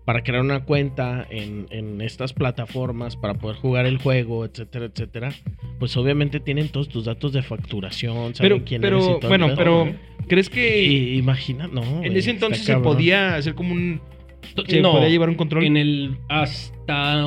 para crear una cuenta en, en estas plataformas, para poder jugar el juego, etcétera, etcétera, pues obviamente tienen todos tus datos de facturación, saben Pero, quién eres pero y todo el bueno, pedo, pero güey. ¿crees que Y- imagina, no. en güey, ese está entonces se cabrón. podía hacer como un... Se No, podía llevar un control, en el... Hasta...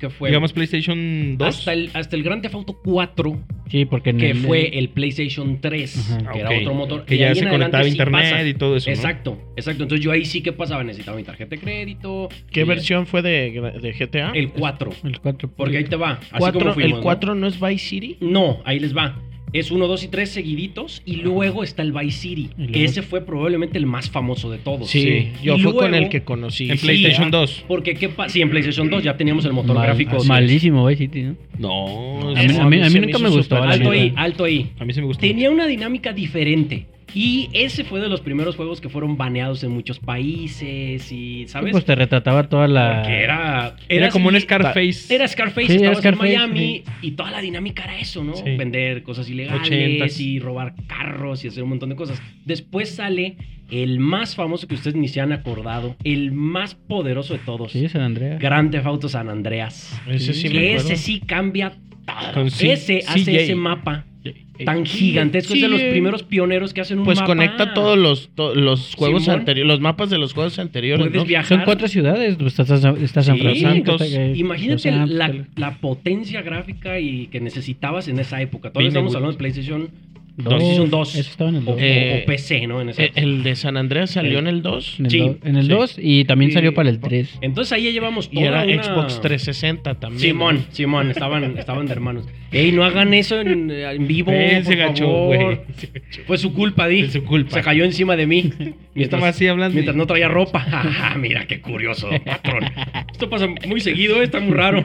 ¿Qué fue? digamos, PlayStation 2? pues, Hasta el, hasta el Grand Theft Auto 4 Sí, porque en que el- fue el PlayStation 3, Ajá. que Ah, era ok. otro motor. Que De ya ahí en se adelante conectaba a sí internet pasa. y todo eso, ¿no? Exacto, exacto. Entonces yo ahí sí que pasaba, necesitaba mi tarjeta de crédito. ¿Qué Y- versión fue de, de GTA? El 4. El 4. Porque ahí te va. Así Cuatro- como fuimos, ¿El ¿no? 4 no es Vice City? No, ahí les va. Es 1, 2 y 3 seguiditos y luego está el Vice City, Y luego- que ese fue probablemente el más famoso de todos. Sí, yo Y fue con luego- el que conocí. en Sí, PlayStation ah. 2. Porque qué pasa, sí, en PlayStation 2 ya teníamos el motor Mal- gráfico. así malísimo, Vice City, ¿no? No, A mí, es- a mí- a mí se me nunca me hizo gustó. súper la Alto ahí, neta. alto ahí. a mí se me gustó. Tenía una dinámica diferente. Y ese fue de los primeros juegos que fueron baneados en muchos países y, ¿sabes? Pues te retrataba toda la... Porque era... Era como un y- Scarface. Era Scarface, Sí, era estabas Scarface, en Miami y toda la dinámica era eso, ¿no? Sí. Vender cosas ilegales Ochentas. y robar carros y hacer un montón de cosas. Después sale el más famoso que ustedes ni se han acordado, el más poderoso de todos, Sí, San Andrea. Grand Theft Auto San Andreas. Ese sí, Sí, me que acuerdo. ese sí cambia todo. Con C- ese hace CJ. ese mapa tan gigantesco. Eh, Sí, es de los eh. primeros pioneros que hacen un Pues mapa. conecta todos los, to- los juegos Simón. anteriores, los mapas de los juegos anteriores, Puedes ¿no? viajar. Son cuatro ciudades. pues, Está, San- está San Sí, Francisco. Santos. está- Imagínate Los Santos, la, el- la potencia gráfica y que necesitabas en esa época. Viene Todavía estamos Wood. hablando de PlayStation dos. PlayStation 2. Eso estaba en el o, 2. Eh, o- o PC, ¿no? En esa Eh, El de San Andreas salió en el 2 en el sí, do- en el sí. 2 y también Y- salió para el 3. Entonces ahí ya llevamos toda y era una- Xbox 360 también. Simón, Simón, estaban, estaban de hermanos. Ey, no hagan eso en, en vivo. Él se por gachó, favor. güey. Fue su culpa, di. Fue su culpa. Se cayó encima de mí. Estaba así hablando. Mientras no traía ropa. Ajá, mira, qué curioso, patrón. Esto pasa muy seguido, eh, está muy raro.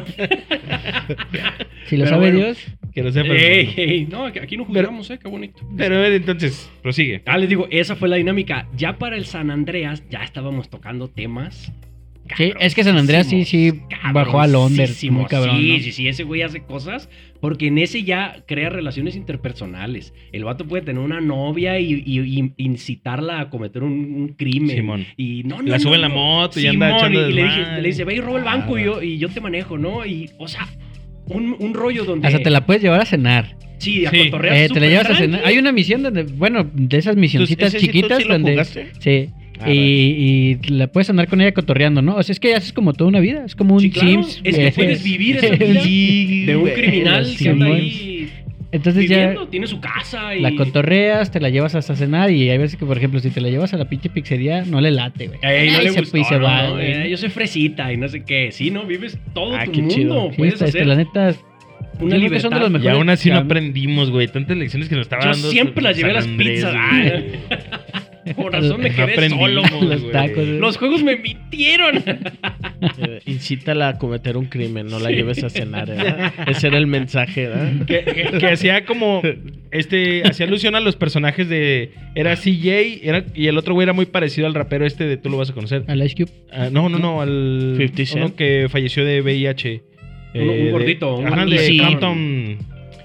Si lo Pero sabe bueno. Dios. Que lo sepa. el Ey, mundo. ey, no, aquí no jugamos, eh, qué bonito. Pero a ver, entonces, prosigue. Ah, les digo, esa fue la dinámica. Ya para el San Andreas, ya estábamos tocando temas. Sí, es que San Andreas sí, sí cabroncísimos, bajó al under. Muy cabroncísimos. cabrón. Sí, ¿no? sí, sí, ese güey hace cosas porque en ese ya crea relaciones interpersonales. El vato puede tener una novia y, y- y incitarla a cometer un, un crimen. Simón. Y no, no, La no, sube en la no. moto y anda Simón, echando y le, desmadre. dije- le dice, ve y roba el banco y yo, y yo te manejo, ¿no? Y, o sea, un, un rollo donde... Hasta te la puedes llevar a cenar. Sí, a Sí. cotorrear Eh, te la súper llevas a tranqui. cenar. Hay una misión donde, bueno, de esas misioncitas Entonces, ¿ese sí tú chiquitas sí lo donde. jugaste? Sí. Ah, y, y la puedes andar con ella cotorreando, ¿no? O sea, es que haces como toda una vida. Es como un eh. Sí, claro, Sims. este, es que puedes vivir esa vida de un criminal que anda ahí Entonces ya viviendo, tiene su casa y... la cotorreas, te la llevas hasta cenar. Y hay veces que, por ejemplo, si te la llevas a la pinche pizzería, no le late, güey. Ey, Eh, no Ay, le se- gustó, y se no, va, no, güey. eh, yo soy fresita y no sé qué. Sí, ¿no? Vives todo Ah, tu qué mundo. chido. Sí, Puedes está- está- hacer la neta, una yo creo que libertad. son de los Y mejores. aún así no Cam- aprendimos, güey. Tantas lecciones que nos estaba Yo dando. siempre las llevé a las San Andrés, pizzas. güey. Ay, Por razón me No quedé aprendimos, solo. güey. Los tacos, güey. Los eh. juegos me mintieron. Eh, incítala a cometer un crimen, no la lleves a cenar. ¿verdad? Ese era el mensaje, ¿verdad? Que, que- que hacía como. Este. Hacía alusión a los personajes de. Era CJ. Era, y el otro güey era muy parecido al rapero este de tú lo vas a conocer. Al Ice Cube. Ah, no, no, no. Al. 50 Cent. Uno que falleció de VIH. Uno- un Eh, de- gordito, un ajá, gordito. de Easy. Compton.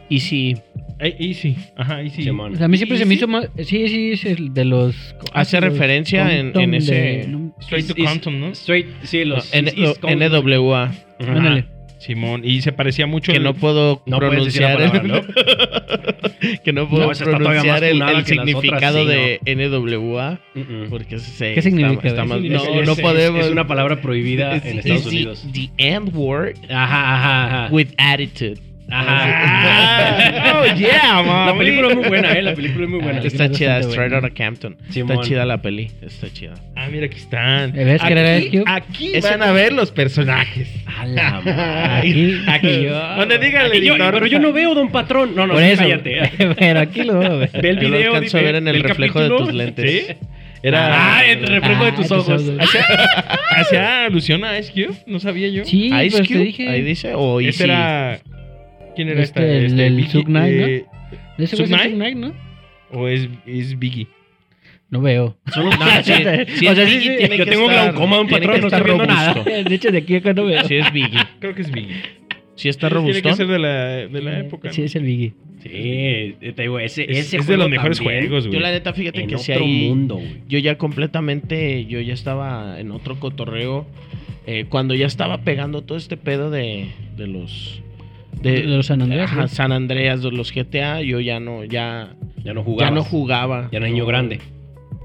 Y si Eh, Easy. Ajá, Easy. Simón. O sea, a mí siempre Y se me sí, hizo más. Sí, sí, es el de los. Hace los referencia en- Compton en ese- de- no, Straight to Is- is- Compton, ¿no? Straight, sí, los... N- is- is- o- NWA, Ajá. ándale. Simón. Y se parecía mucho. que el- no puedo No puedes decir la pronunciar, palabra, ¿no? que no puedo No, esa está todavía más pronunciar el, funada el que las significado otras, sí, de NWA, Mm-mm. porque se, ¿Qué significa? está más- ¿Qué no, Es- no es- podemos. Es una palabra prohibida Es- en es Estados the- Unidos. The end word Ajá, ajá, ajá. with attitude. Ajá. Ah, oh, yeah, La mami. película es muy buena, ¿eh? La película es muy buena. Ah, Está tiene chida, bastante Straight buena. Outta Campton. Simón. Está chida la peli, está chida. Ah, mira, aquí están. ¿Ves que era Ice Aquí, Cube? aquí Ese- van a ver los personajes. Ah, A la madre. Aquí, aquí yo. Donde diga el Aquí yo- editor. pero yo no veo, don patrón. No, no, Por sí, eso. cállate. eh. Pero aquí lo veo, güey. Ve el Yo lo video. alcanzo a dice, ver en el del reflejo de capítulo. tus lentes. ¿Sí? Era. Ah, el reflejo de Ah, tus ojos. Hacía alusión a Ice Cube, no sabía yo. Sí, Ice pues te Cube, dije. ahí dice, o Ese Easy. era. ¿Quién era Este, esta? el- el Biggie, Suge Knight, ¿no? eh, Ese güey es el Sugnai? Suge Knight, ¿no? ¿O es, es Biggie? No veo. Son los- no, sí, sí, O sea, es sí, Biggie, sí, tiene yo que tengo estar- glaucoma, don tiene que patrón, no estar estoy viendo robusto. nada. De hecho, de aquí acá no veo. Sí es Biggie. Creo que es Biggie. Sí está Tiene que robusto. ser de la, de la época. ¿no? Sí, es el Biggie. Sí, eh, te digo, ese, Es, ese es de juego los mejores también, juegos, Yo la güey. neta, fíjate En que otro si ahí mundo, güey. yo ya completamente, yo ya estaba en otro cotorreo. eh, cuando ya estaba pegando todo este pedo de, de los... De los San Andreas, Ajá, ¿no? San Andreas, de los GTA, yo ya no, ya, Ya no jugabas. ya no jugaba. Ya era niño grande.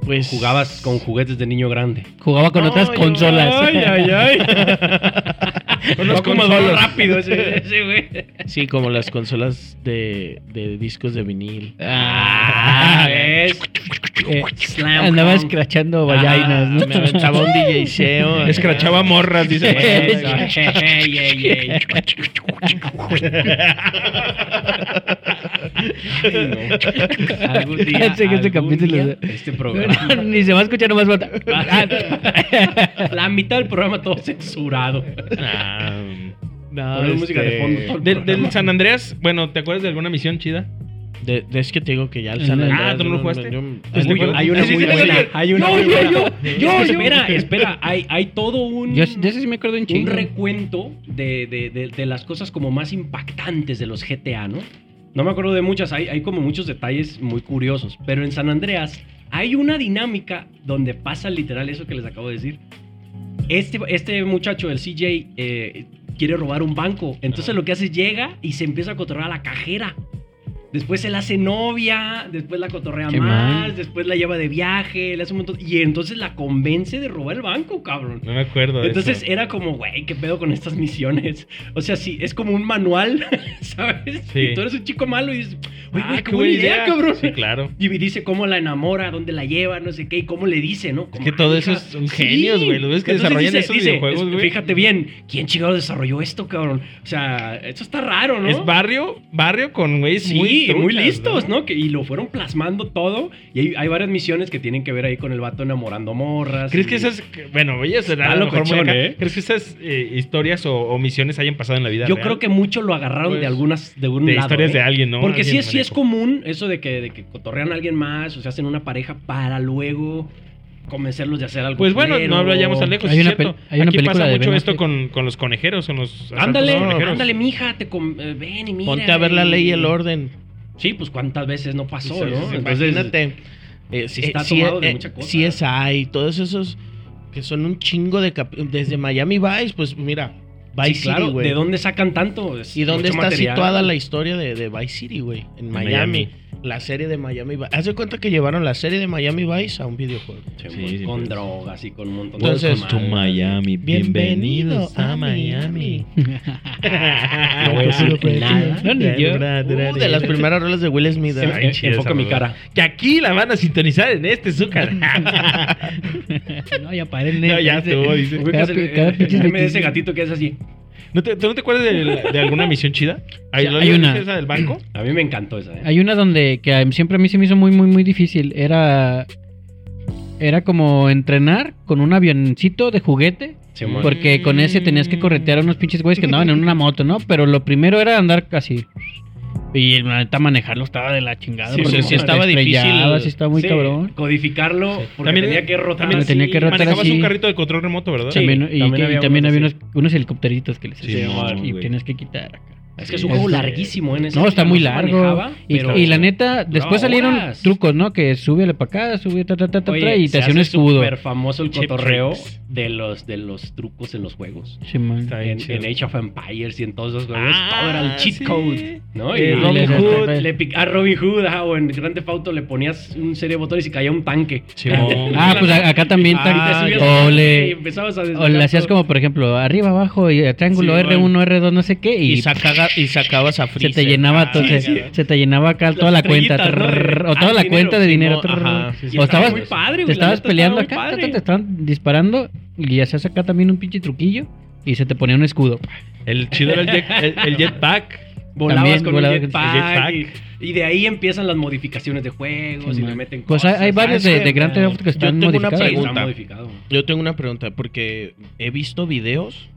Pues, Jugabas con juguetes de niño grande. Jugaba con No, otras yo- consolas. ay. Con No las como consolas. rápido ese, ese güey. Sí, como las consolas de, de discos de vinil. Ah, ¿ves? Eh, Slam Andaba Dunk. escrachando vainas, ¿no? Ah, Me aventaba un DJseo. Escrachaba morras, dice. Eso. Ey, ey, ey. Ay, no. Algún día, Sé que este algún capítulo día, de- este programa. Ni se va a escuchar nomás falta. Ah, La mitad del programa todo censurado. Ah, No, Ponemos música de este, fondo todo el del, programa. del San Andreas, bueno, ¿te acuerdas de alguna misión chida? de- de- es que te digo que ya el Ah, San Andreas... ¿tú no lo yo- jugaste? yo- Pues yo- te digo- Hay una Sí, sí, muy sí, buena. oye. Hay una Yo, muy yo, buena. yo, yo, yo. Espera, espera. Hay, hay todo un. Yo, de ese sí me acuerdo un un chingo. recuento de, de- de- de las cosas como más impactantes de los GTA, ¿no? No me acuerdo de muchas, hay, hay como muchos detalles muy curiosos, pero en San Andreas hay una dinámica donde pasa literal eso que les acabo de decir. Este, este muchacho, el CJ, eh, quiere robar un banco, entonces lo que hace es llega y se empieza a controlar a la cajera. Después se la hace novia, después la cotorrea Qué más, mal. después la lleva de viaje, le hace un montón. Y entonces la convence de robar el banco, cabrón. No me acuerdo de Entonces eso. era como, güey, ¿qué pedo con estas misiones? O sea, sí, es como un manual, ¿sabes? Sí. Y tú eres un chico malo y dices, eh, güey, Ah, güey, qué buena idea, cabrón. Sí, claro. Y dice cómo la enamora, dónde la lleva, no sé qué, y cómo le dice, ¿no? Es Como, que todo "Ay, eso hija, son genios, güey. Los ves que Entonces desarrollan dice- esos dice, videojuegos, es- güey. Fíjate bien, ¿quién chingado desarrolló esto, cabrón? O sea, esto está raro, ¿no? Es barrio, barrio con güeyes Sí, muy, muy, truchas, listos, ¿no? Que, y lo fueron plasmando todo. Y hay, hay varias misiones que tienen que ver ahí con el vato enamorando morras. ¿Crees y- que esas, que- bueno, voy a Está a lo mejor muy locochón, acá. ¿eh? ¿Crees que esas eh, historias o, o misiones hayan pasado en la vida Yo real? creo que mucho lo agarraron Pues, de algunas, de un de lado, historias ¿eh? de alguien, ¿no? Porque Alguien sí, es- sí es manejo. común eso de que, de que cotorrean a alguien más o se hacen una pareja para luego convencerlos de hacer algo. Pues bueno, culero. no vayamos tan lejos. Hay es una cierto. pel- hay una Aquí película pasa de mucho Ben esto Affleck. con, con los conejeros, con los asaltos Ándale, con conejeros. ándale, mija, te con- eh, ven y mira. Ponte a ver la y- ley y el orden. Sí, pues cuántas veces no pasó, Sí, sí, ¿no? sí, Entonces, Imagínate. eh, si está eh, si tomado de eh, mucha cosa. si es hay, todos esos que son un chingo de cap- desde Miami Vice, pues mira, Vice sí, City, claro, güey. ¿de dónde sacan tanto? Es ¿Y dónde mucho está material. situada la historia de, de Vice City, güey? En Miami. Miami. La serie de Miami Vice. Haz de cuenta que llevaron la serie de Miami Vice a un videojuego. Sí, Sí, pues, sí, con pues. drogas y con un montón Entonces, de to Miami, bienvenidos Bienvenido a a Miami. Ah, No voy a decir nada. No, ni yo. Uh, de las primeras rolas de Will Smith. Ay, Eh, chida Enfoca esa mi rola. cara. Que aquí la van a sintonizar en este azúcar. No, ya paré el no, ya Dice- estuvo, dice. Ubicas el- pi- cada el- pinche el meme de ese noticia. gatito que es así. ¿No te, ¿Tú no te acuerdas de, de alguna misión chida? Sí, ¿no hay le una. dices esa del banco? A mí me encantó esa, ¿eh? Hay una donde que a- siempre a mí se me hizo muy, muy, muy difícil. Era. Era como entrenar con un avioncito de juguete. Simón. Porque con ese tenías que corretear a unos pinches güeyes que andaban en una moto, ¿no? Pero lo primero era andar casi. Y la neta manejarlo estaba de la chingada. Sí, porque sí, sí, como te estaba difícil. estrellabas, sí estaba muy Sí, cabrón. Codificarlo porque También- tenía que rotar. también así. tenía que rotar Manejabas así. un carrito de control remoto, ¿verdad? Sí. también, y también que- y había también unos había así. unos, unos helicópteritos que les Sí, hacían mon, y güey. tienes que quitar acá. Es que es un juego Sí. larguísimo en ese No, está sentido, muy se largo. manejaba, y, pero- y la neta, después salieron horas. trucos, ¿no? Que súbele para acá, sube ta, ta, ta, ta, Oye, tra, y se te hacía un hace escudo. súper famoso el Chip cotorreo tricks. de los, de los trucos en los juegos. Sí, man. Está bien En, chido. en Age of Empires y en todos los juegos, Ah, todo era el cheat sí. code, ¿no? Eh, Y Robin le- Hood. le pic- a Robin Hood, ajá, o en Grand Theft Auto le ponías un serie de botones y caía un tanque. Simón. Ah, pues a- acá también. Y tan- te subías Ah, o al le- tanque y empezabas a O le hacías como, por ejemplo, arriba, abajo, y triángulo Sí, R1, R2, no sé qué, y, Y, sacaga- y sacabas a se Freezer. te llenaba, Ah, entonces, sí, sí. se te llenaba acá toda la cuenta, estrellitas, ¿no? trrr, De- o toda ah, la dinero, cuenta de dinero, Simón, trrr. ajá, sí, sí, o estaba estabas, muy padre, güey, te la estabas neta peleando estaba muy acá, ta, padre. ta, te estaban disparando, y ya se hace acá también un pinche truquillo, y se te ponía un escudo. El chido era el, jet- el- el jetpack. Volabas También con volaba un con jetpack, el Y, y de ahí empiezan las modificaciones de juegos y Sí, le man. meten Pues hay- cosas. hay varios de- es que, de Grand Theft man, Auto que sí, están tengo una modificados. está pregunta. modificado. Yo tengo una pregunta, porque he visto videos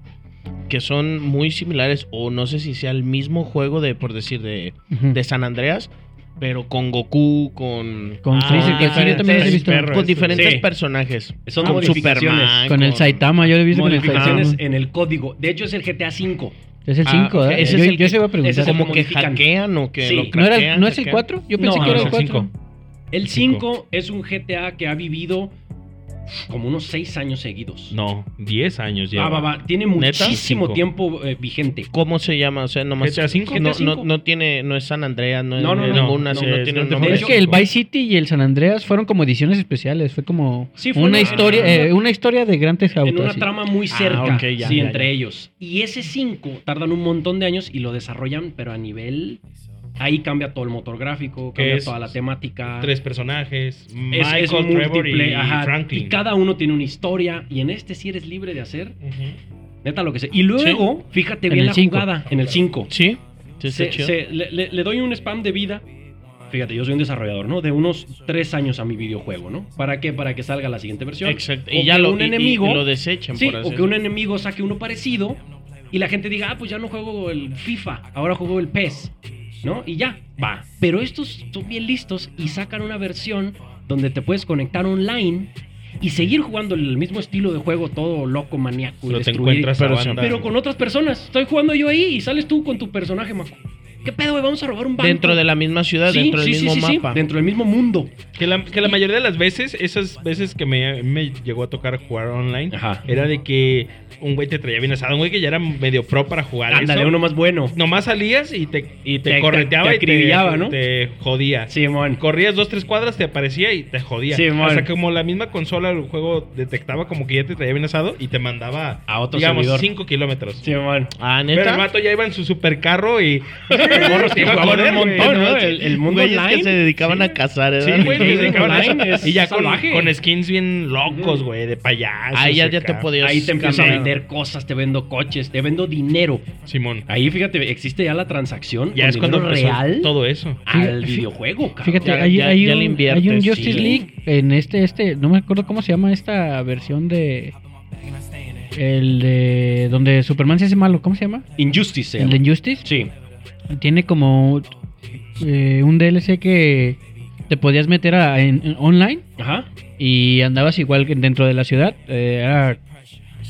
que son muy similares, o no sé si sea el mismo juego de, por decir, de, Ujú. de San Andreas, pero con Goku, con, Con Ah, Freezer, que sí, yo también los he sí, visto. perro. con diferentes Sí. personajes. Son con modificaciones. Con el Saitama, yo lo he visto con el Saitama. Modificaciones en el código. De hecho, es el GTA V. Es el Ah, 5, ok, ¿eh? ese yo, es el yo que- se iba a preguntar. ese es el- Como que modifican. hackean o que Sí. lo ¿No, era, craquean, ¿No es el hackean. 4? Yo pensé No, no, que era es el el 4. cinco. El Cinco. 5 es un GTA que ha vivido como unos 6 años seguidos. No, 10 años ya. Ah, va, va. Tiene ¿Neta? muchísimo Cinco. tiempo eh, vigente. ¿Cómo se llama? O sea, nomás. GTA cinco. No, GTA no, cinco. no tiene, no es San Andreas, no es No, no, no, ninguna, no, sí, no, no, es- tiene no un te nombre. Es que el Vice City y el San Andreas fueron como ediciones especiales. Fue como Sí, fue una, una- historia, una- eh, una historia de Grand Theft en Auto. una así. trama muy cerca, ok, ya, sí, ya, entre ya. ellos. Y ese 5 tardan un montón de años y lo desarrollan, pero a nivel... Ahí cambia todo el motor gráfico, Que cambia es toda la temática. Tres personajes. es, Michael, es Trevor y múltiple, ajá, Franklin. Y cada uno tiene una historia. Y en este sí eres libre de hacer Ujú. neta lo que sea. Y luego, fíjate En bien el la cinco. jugada en el 5. Sí, sí, está chido. le, le- le doy un spam de vida. Fíjate, yo soy un desarrollador, ¿no? De unos tres años a mi videojuego, ¿no? ¿Para qué? Para que salga la siguiente versión. Exacto. O Y ya que lo, un y- y- enemigo. y lo desechan, Sí, por así o que un enemigo saque uno parecido y la gente diga, ah, pues ya no juego el FIFA, ahora juego el PES, ¿no? Y ya, va. Pero estos son bien listos y sacan una versión donde te puedes conectar online y seguir jugando el mismo estilo de juego, todo loco, maníaco, y Pero te destruir, encuentras a pero- banda. pero con otras personas. Estoy jugando yo ahí y sales tú con tu personaje, Maco. ¿Qué pedo, güey? Vamos a robar un banco. Dentro de la misma ciudad, Sí, dentro del sí, sí, mismo sí, sí, mapa. Dentro del mismo mundo. Que la, que la mayoría de las veces, esas veces que me, me llegó a tocar jugar online, Ajá. era de que un güey te traía bien asado, un güey que ya era medio pro para jugar. Ándale, eso. uno más bueno. Nomás salías y te, Y te, te- te- correteaba te y acribillaba, ¿no? te jodía. Simón. Corrías dos, tres cuadras, te aparecía y te jodía. Sí, mon. o sea, como la misma consola, el juego detectaba como que ya te traía bien asado y te mandaba, A otro digamos, servidor. 5 kilómetros. Simón. Ah, Pero el neta. vato ya iba en su supercarro y... El morro se se iba iba a con correr, un güey. montón, ¿no? El, el mundo Güeyes que online. se dedicaban a cazar, ¿eh? Sí, güey, Sí, les dedicaban a online eso. es Y ya con, salvaje. con skins bien locos, güey, de payasos. Ahí ya, ya acá. te podías. Ahí Ah, te empiezo a cambiar. vender cosas, te vendo coches, te vendo dinero. Simón. Ahí, fíjate, existe ya la transacción. Ya con es cuando dinero empezó real todo eso. al Fíjate- videojuego, cabrón. Fíjate, Ya- hay, ya- hay ya un, le inviertes, hay un Justice sí. League en este, este, no me acuerdo cómo se llama esta versión de... El de... Donde Superman se hace malo, ¿cómo se llama? Injustice. se El de llama. Injustice. Sí. Tiene como eh, un DLC que te podías meter a- en- en online Ajá. y andabas igual que dentro de la ciudad. eh, era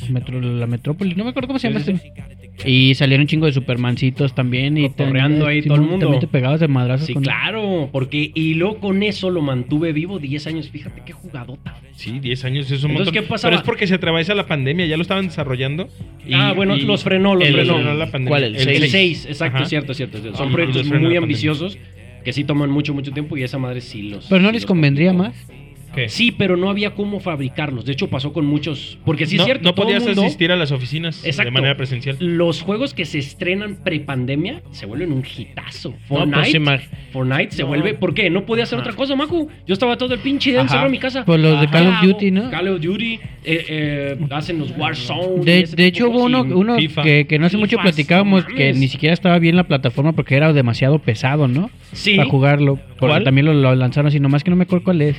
metro- la metrópoli, no me acuerdo cómo se llama. Sí, sí, este. Y salieron un chingo de supermancitos también. Y Cotorreando ahí sí, todo el también mundo. te pegabas de madrazos. Sí, con- claro. Porque, y luego con eso lo mantuve vivo 10 años. Fíjate qué jugadota. Sí, 10 años es un Entonces, montón. ¿qué pasaba? Pero es porque se atraviesa la pandemia, ya lo estaban desarrollando. y- ah, bueno, y- los frenó, los el- frenó. frenó la pandemia. ¿Cuál, el seis? El seis. 6, exacto, Ajá. cierto, cierto, cierto. Ah, Son y proyectos los frena muy la pandemia. ambiciosos que sí toman mucho, mucho tiempo y esa madre sí los. Pero no sí les los convendría complicó. más. ¿Qué? Sí, pero no había cómo fabricarlos. De hecho, pasó con muchos. Porque sí es no, cierto. no todo podías mundo- asistir a las oficinas Exacto. de manera presencial. Los juegos que se estrenan prepandemia se vuelven un hitazo. No, Fortnite, pues, imag- Fortnite se No. vuelve. ¿Por qué? No podía hacer Ah. otra cosa, Macu. Yo estaba todo el pinche día Ajá. encerrado en mi casa. Pues los de ¿Qué Call of hago? Duty, ¿no? Call of Duty. eh, eh, hacen los Warzone. y De, ese de tipo hecho, de hubo uno, cosas. Y- uno FIFA. que, que no hace mucho FIFA, platicábamos no que mames. ni siquiera estaba bien la plataforma porque era demasiado pesado, ¿no? Sí. Para jugarlo. Porque ¿Cuál? también lo, lo lanzaron así, nomás que no me acuerdo cuál es.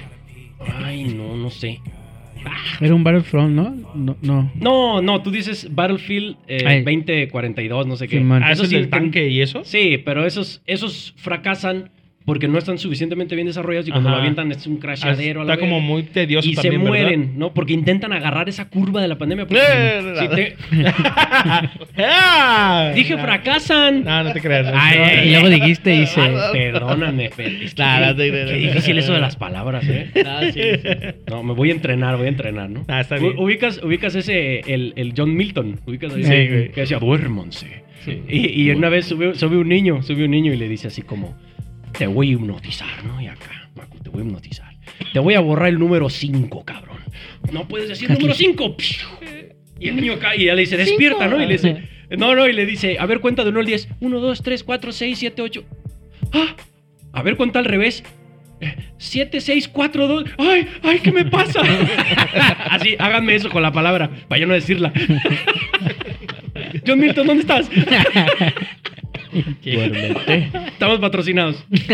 Ay, no, no sé. Era un Battlefront, ¿no? No, no. No, no, tú dices Battlefield eh, Ay. 2042, no sé qué. Sí, man. Ah, eso es sí del intent- tanque y eso. Sí, pero esos, esos fracasan porque no están suficientemente bien desarrollados y cuando Ajá. lo avientan es un Ah, crasheadero. a la Está como verga. muy tedioso y también, se ¿verdad? mueren, ¿no? Porque intentan agarrar esa curva de la pandemia. porque Eh, si te- ¡Ah! dije fracasan. No, no te creas. no. Ay, ay, Y luego dijiste, dice. Ay, Perdóname, Fer, es que Nah, no te qué, creas. qué difícil eso de las palabras, ¿eh? Ah, sí, sí. No, me voy a entrenar, voy a entrenar, ¿no? Ah, está U- bien. Ubicas, ubicas ese, el, el John Milton. Ubicas ahí? Sí, Sí, güey. Que decía, duérmonse. Sí. Y, y una vez sube, sube un niño, sube un niño y le dice así como, te voy a hipnotizar, ¿no? Y acá, Macu, te voy a hipnotizar. Te voy a borrar el número 5, cabrón. No puedes decir número 5. Y el niño acá, y ya le dice, despierta, ¿no? Y le dice, no, no, y le dice, a ver, cuenta de 1 al 10. 1, 2, 3, 4, 6, 7, 8. ¡Ah! A ver, cuenta al revés. Eh, 7, 6, 4, 2. ¡Ay! ¡Ay! ¿Qué me pasa? Así, háganme eso con la palabra, para yo no decirla. John Milton, ¿dónde estás? Duérmete. Estamos patrocinados.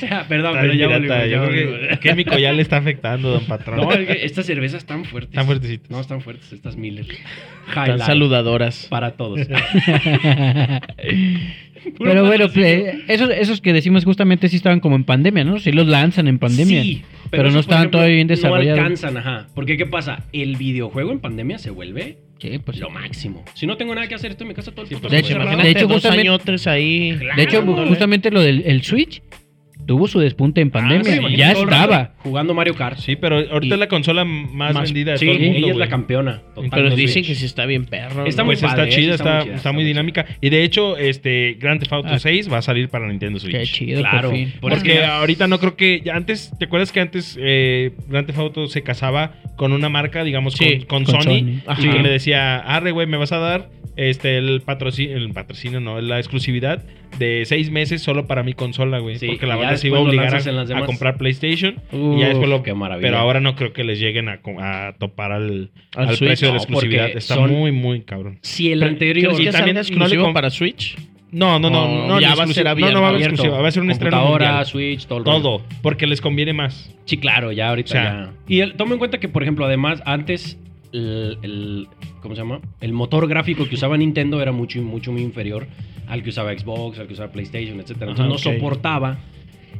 Ya, Perdón, Está pero bien pirata, ya volvimos, ya yo creo que volvimos. el químico ya le está afectando, don patrón. No, es que estas cervezas están fuertes. Están fuertecitas. No, están fuertes, estas Miller. Tan Highlight saludadoras. Para todos. Pero bueno, play pues, esos, esos que decimos justamente sí estaban como en pandemia, ¿no? Sí los lanzan en pandemia. Sí, pero eso, no por estaban ejemplo, todavía bien No desarrollados. alcanzan, ajá. Porque ¿qué pasa? El videojuego en pandemia se vuelve Sí, pues, lo máximo. Si no tengo nada que hacer, estoy en mi casa todo el tiempo. pues, de imagínate hecho, dos justamente- añotres ahí. De hecho, justamente lo del el Switch tuvo su despunte Ah, en pandemia. sí, ya estaba. Jugando Mario Kart. Sí, Sí, pero ahorita Y- es la consola más, más- vendida de sí todo el mundo. ella es la güey. campeona. Pero totalmente. dicen que sí está bien perro. Está ¿no? muy Pues está padre, sí, chida, está muy está, chida, está está muy muy dinámica. Y de hecho, este Grand Theft Auto Ah. 6 va a salir para Nintendo Qué Switch. chido, Claro. por fin. Por- Porque Porque- ahorita no creo que. ya Antes, ¿te acuerdas que antes eh, Grand Theft Auto se casaba con una marca, digamos, Sí, con, con con Sony? Sony. Y Ajá. que le decía, arre, güey, me vas a dar este el patrocinio, el patrocinio, no, la exclusividad de seis meses solo para mi consola, güey. Sí, porque la y ya banda se iba a después lo obligar lanzas en las a, a demás. comprar PlayStation. y ya después lo. Uf, qué maravilla. Pero ahora no creo que les lleguen a, co- a topar al, Al al Switch, precio de la no, porque exclusividad. Está son- muy, muy cabrón. Si el Pero- anterior. ¿crees que ¿Y salga también exclusivo exclusivo para para Switch? No, no, no, No, no. ya ni va a exclusivo. ser No, no va a haber abierto. exclusiva. Va a ser un estreno Computadora, mundial. Switch, todo. el rollo. Todo. Porque les conviene más. Sí, claro, ya ahorita O sea, ya. Y el- toma en cuenta que, por ejemplo, además, antes el, el- ¿cómo se llama? El motor gráfico que usaba Nintendo era mucho mucho muy inferior al que usaba Xbox, al que usaba PlayStation, etcétera. Entonces Ajá, no ok. soportaba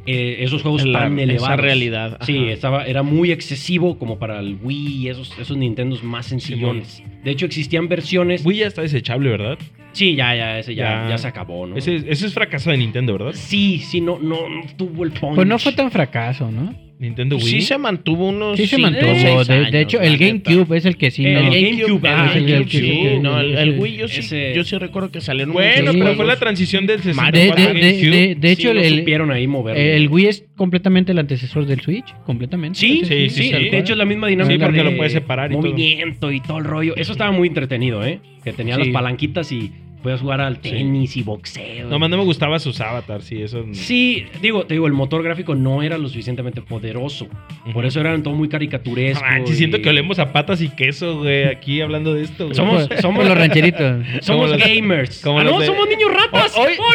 eh, esos juegos La- tan esa elevados. realidad, ajá. Sí, estaba, era muy excesivo como para el Wii y esos, esos Nintendos más sencillones. De hecho, existían versiones. Wii ya está desechable, ¿verdad? Sí, ya, ya, ese ya, Ya. ya se acabó, ¿no? Ese, ese es fracaso de Nintendo, ¿verdad? Sí, sí, no, no, no tuvo el punch. Pues no fue tan fracaso, ¿no? Nintendo Wii. Sí se mantuvo unos. Sí se cinco, mantuvo. seis de, de años, hecho, la el neta. GameCube es el que sí. El no. Game- GameCube, GameCube, ah, ajá, el el GameCube, GameCube. sí, no, el, el Wii yo sí, Ese- yo sí recuerdo que salieron Bueno, muchos pero juegos. fue la transición del 64 de, a de- de- GameCube. de- de hecho, Sí, no el, supieron ahí moverlo. el Wii es completamente el antecesor del Switch. Completamente. Sí, sí, sí. sí, tal sí. De cual. hecho, es la misma dinámica. Sí, porque de lo puedes separar y todo. Movimiento y todo el rollo. Eso estaba muy entretenido, ¿eh? Que tenía las Sí. palanquitas y podías jugar al tenis y boxeo. Nomás no me gustaba sus avatars, sí, eso. Sí, digo, te digo, el motor gráfico no era lo suficientemente poderoso. Por eso eran todo muy No caricaturesco. manches, Ah, siento y- que olemos a patas y queso, güey, aquí hablando de esto. güey. Somos- Como- como Pues, los rancheritos. Somos como los- gamers. como ah, no, los de- somos niños ratas. Oh, hoy- ¡Oh,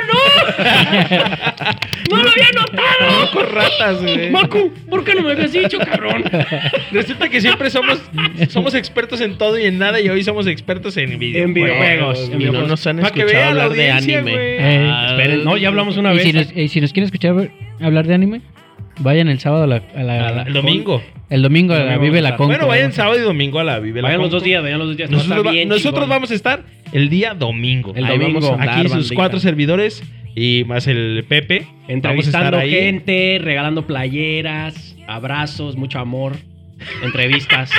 no! ¡No lo había notado! Somos ratas, güey. Macu, ¿por qué no me habías dicho, cabrón? Resulta que siempre somos, somos expertos en todo y en nada y hoy somos expertos en videojuegos. En videojuegos, en güey. Y Pues, no nos han Pa' que escuchado vea la hablar de audiencia, anime. güey. Ah, Eh, Esperen, no, ya hablamos Ah, una y vez. Si nos, y si nos quieren escuchar hablar de anime, vayan el sábado a la, a la- A la- el domingo. el domingo a El la domingo Vive vamos a la estar. Conco. Bueno, vayan sábado y domingo a la Vive la Vayan los Conco. dos días, vayan los dos días. Va a estar Nosotros, va- bien nosotros chingón. vamos a estar el día domingo. El Ahí domingo. vamos a andar, aquí sus bandita. cuatro servidores y más el Pepe. Vamos a estar Entrevistando ahí. gente, regalando playeras, abrazos, mucho amor, entrevistas.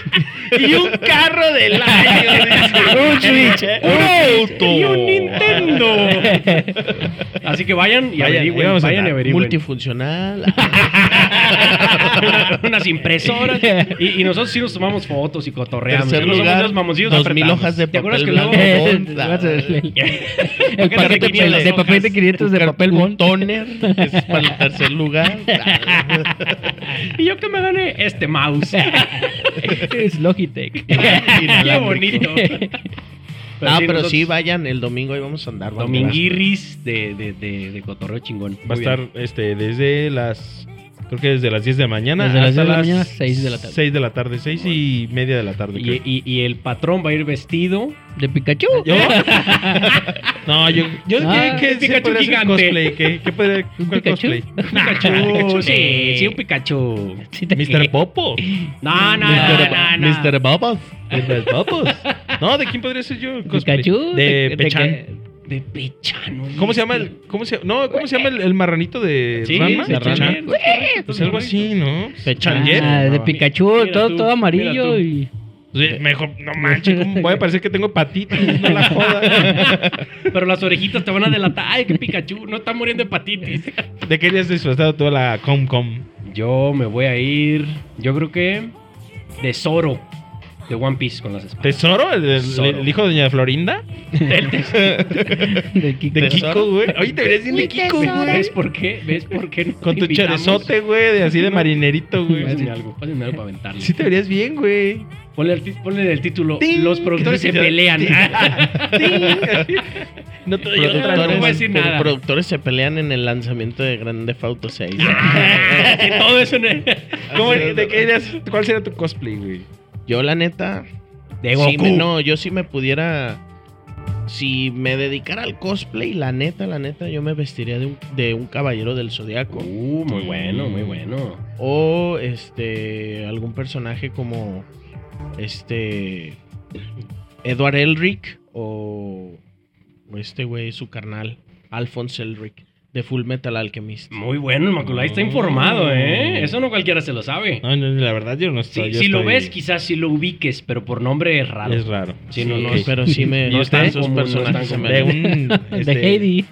Y un carro del año. un Switch. ¿eh? Un auto. Y un Nintendo. Así que vayan y Vayan, ahí averigüen, vamos a vayan y andar. averigüen. Multifuncional. Una- unas impresoras. Y, y nosotros sí nos tomamos fotos y cotorreamos. Tercer No somos lugar, esos mamoncillos dos apretados. mil hojas de ¿Te acuerdas papel que blanco. ah, Onda. luego- Eh, vas a ver el, el Paquete paquete de, 500 de papel de 500 de papel un bond. toner que es para el tercer lugar. ah. Y yo que me gané este mouse. Es Logitech. Qué bonito. Ah, pero sí, nosotros- vayan el domingo y vamos a andar. banda. Dominguirris de, de, de, de cotorreo chingón. Va a Muy bien. estar este, desde las. Creo que desde las 10 de la mañana. Desde las hasta 10 de la mañana, 6 de la tarde. 6 de la tarde, 6 y media de la tarde. Y, creo. y- y el patrón va a ir vestido. De Pikachu. ¿Yo? no, yo. yo Ah, ¿qué, un qué, Pikachu podría ser gigante. cosplay? ¿Qué, qué podría- ¿Un cuál Pikachu? cosplay? Pikachu, sí, sí. sí, un Pikachu. Sí te- Mr. Popo. No, no, Mr. no, no. Mr. Bobos. Mr. Popos. No, ¿de quién podría ser yo? cosplay? Pikachu. De te- te- Pechan. De Pechano. ¿Cómo se llama el, cómo se, no, ¿cómo se llama el, el marranito de Sí, Ranma? sí, ¿De Ranma. Chan? Pues algo así, ¿no? Pechan. Ah, de Pikachu, Mira todo, tú, todo amarillo mira tú. y Sí, mejor, no manches, ¿cómo voy a parecer que tengo patitas, no la joda. Pero las orejitas te van a delatar. Ay, que Pikachu, no está muriendo de hepatitis. ¿De qué le has disfrazado toda la Comcom? Yo me voy a ir. Yo creo que. De Zoro. De One Piece con las espadas. ¿Tesoro? ¿El, el- Tesoro. el hijo de Doña Florinda? de Kiko. ¿De Kiko, güey? Oye, te verías bien de Mi Kiko, güey. ¿Ves por qué? ¿Ves por qué? no te Con tu invitamos? cherezote, güey, de así de marinerito, Pásenme güey. algo, pásenme algo para aventarle. Sí te verías bien, güey. Ponle, el, ti- ponle el título. ¡Ting! Los productores se pelean. ¡Ting! No te doy otra, no Productores, voy a decir decir nada. productores se pelean en el lanzamiento de Grand Theft Auto 6. Y todo eso en el- ¿Cómo- de qué harías- ¿Cuál sería tu cosplay, güey? Yo la neta, De sí me- no, yo si me pudiera, si me dedicara al cosplay, la neta, la neta, yo me vestiría de un, de un caballero del zodiaco Uh, muy bueno, muy bueno. o este algún personaje como este Edward Elric o o este güey su carnal Alphonse Elric de Full Metal Alchemist. Muy bueno, el Maculay está informado, ¿eh? Eso no cualquiera se lo sabe. No, no, la verdad yo no Sí, estoy. Ah, yo si lo estoy- ves, quizás si lo ubiques, pero por nombre es raro. Es raro. Sí, no, no, Ok. Pero sí me ¿Y gustan usted? esos ¿Cómo no están personajes. se me- De un. De este- Heidi.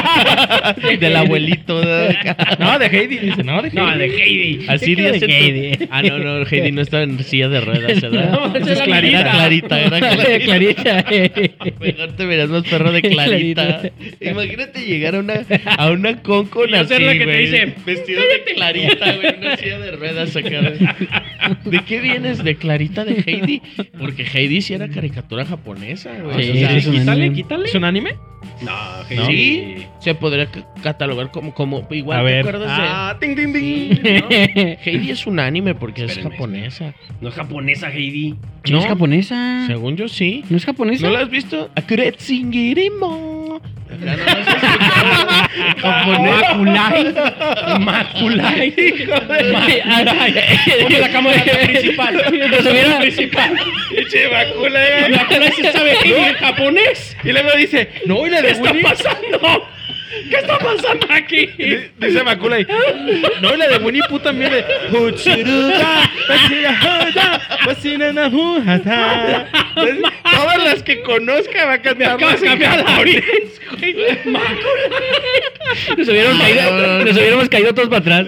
Del abuelito. de- No, de Heidi. Dice, no, de Heidi. No, de Heidi. Así Yo creo dice de tu- Ah, no, no, Heidi no estaba en silla de ruedas, ¿verdad? No, esa es Era Clarita. Clarita, era De Clarita. Clarita. eh. Mejor te verás más perro de Clarita. Imagínate llegar a una, a una con con Y yo así, ser la que te güey, dice, Vestido de Clarita, güey, una silla de ruedas acá. ¿De qué vienes? ¿De Clarita de Heidi? Porque Heidi sí era caricatura japonesa, güey. Sí, o sea, sí, es un quítale, anime. quítale. ¿Es un anime? No, ¿no? Heidi. Sí, se podría ca- catalogar como, como igual a te ver. acuerdas Ah, ting, ting, ting. de ¿no? Heidi es un anime porque es Espérenme, japonesa. No es japonesa, Heidi. No es Mm. japonesa. Según yo sí. ¿No es japonesa? ¿No la has visto? Akuretsingerimo. Macu, Mapulay. Mapulay. Mapulay. Ponme la cámara principal. Entonces, mira. principal. Pinche Bakula, eh. Mapulay se sabe que en japonés. Y luego dice, no, y la ¿Qué de está Willy. pasando? ¿Qué está pasando aquí? Di- Dice Bakula ahí, no, y la de Winnie Pooh también de Huchiruda, Huchiruda, Huchiruda, Entonces, Todas las que conozca va a cantar acabas de cambiar la Nos hubiéramos caído, nos hubiéramos caído todos para atrás.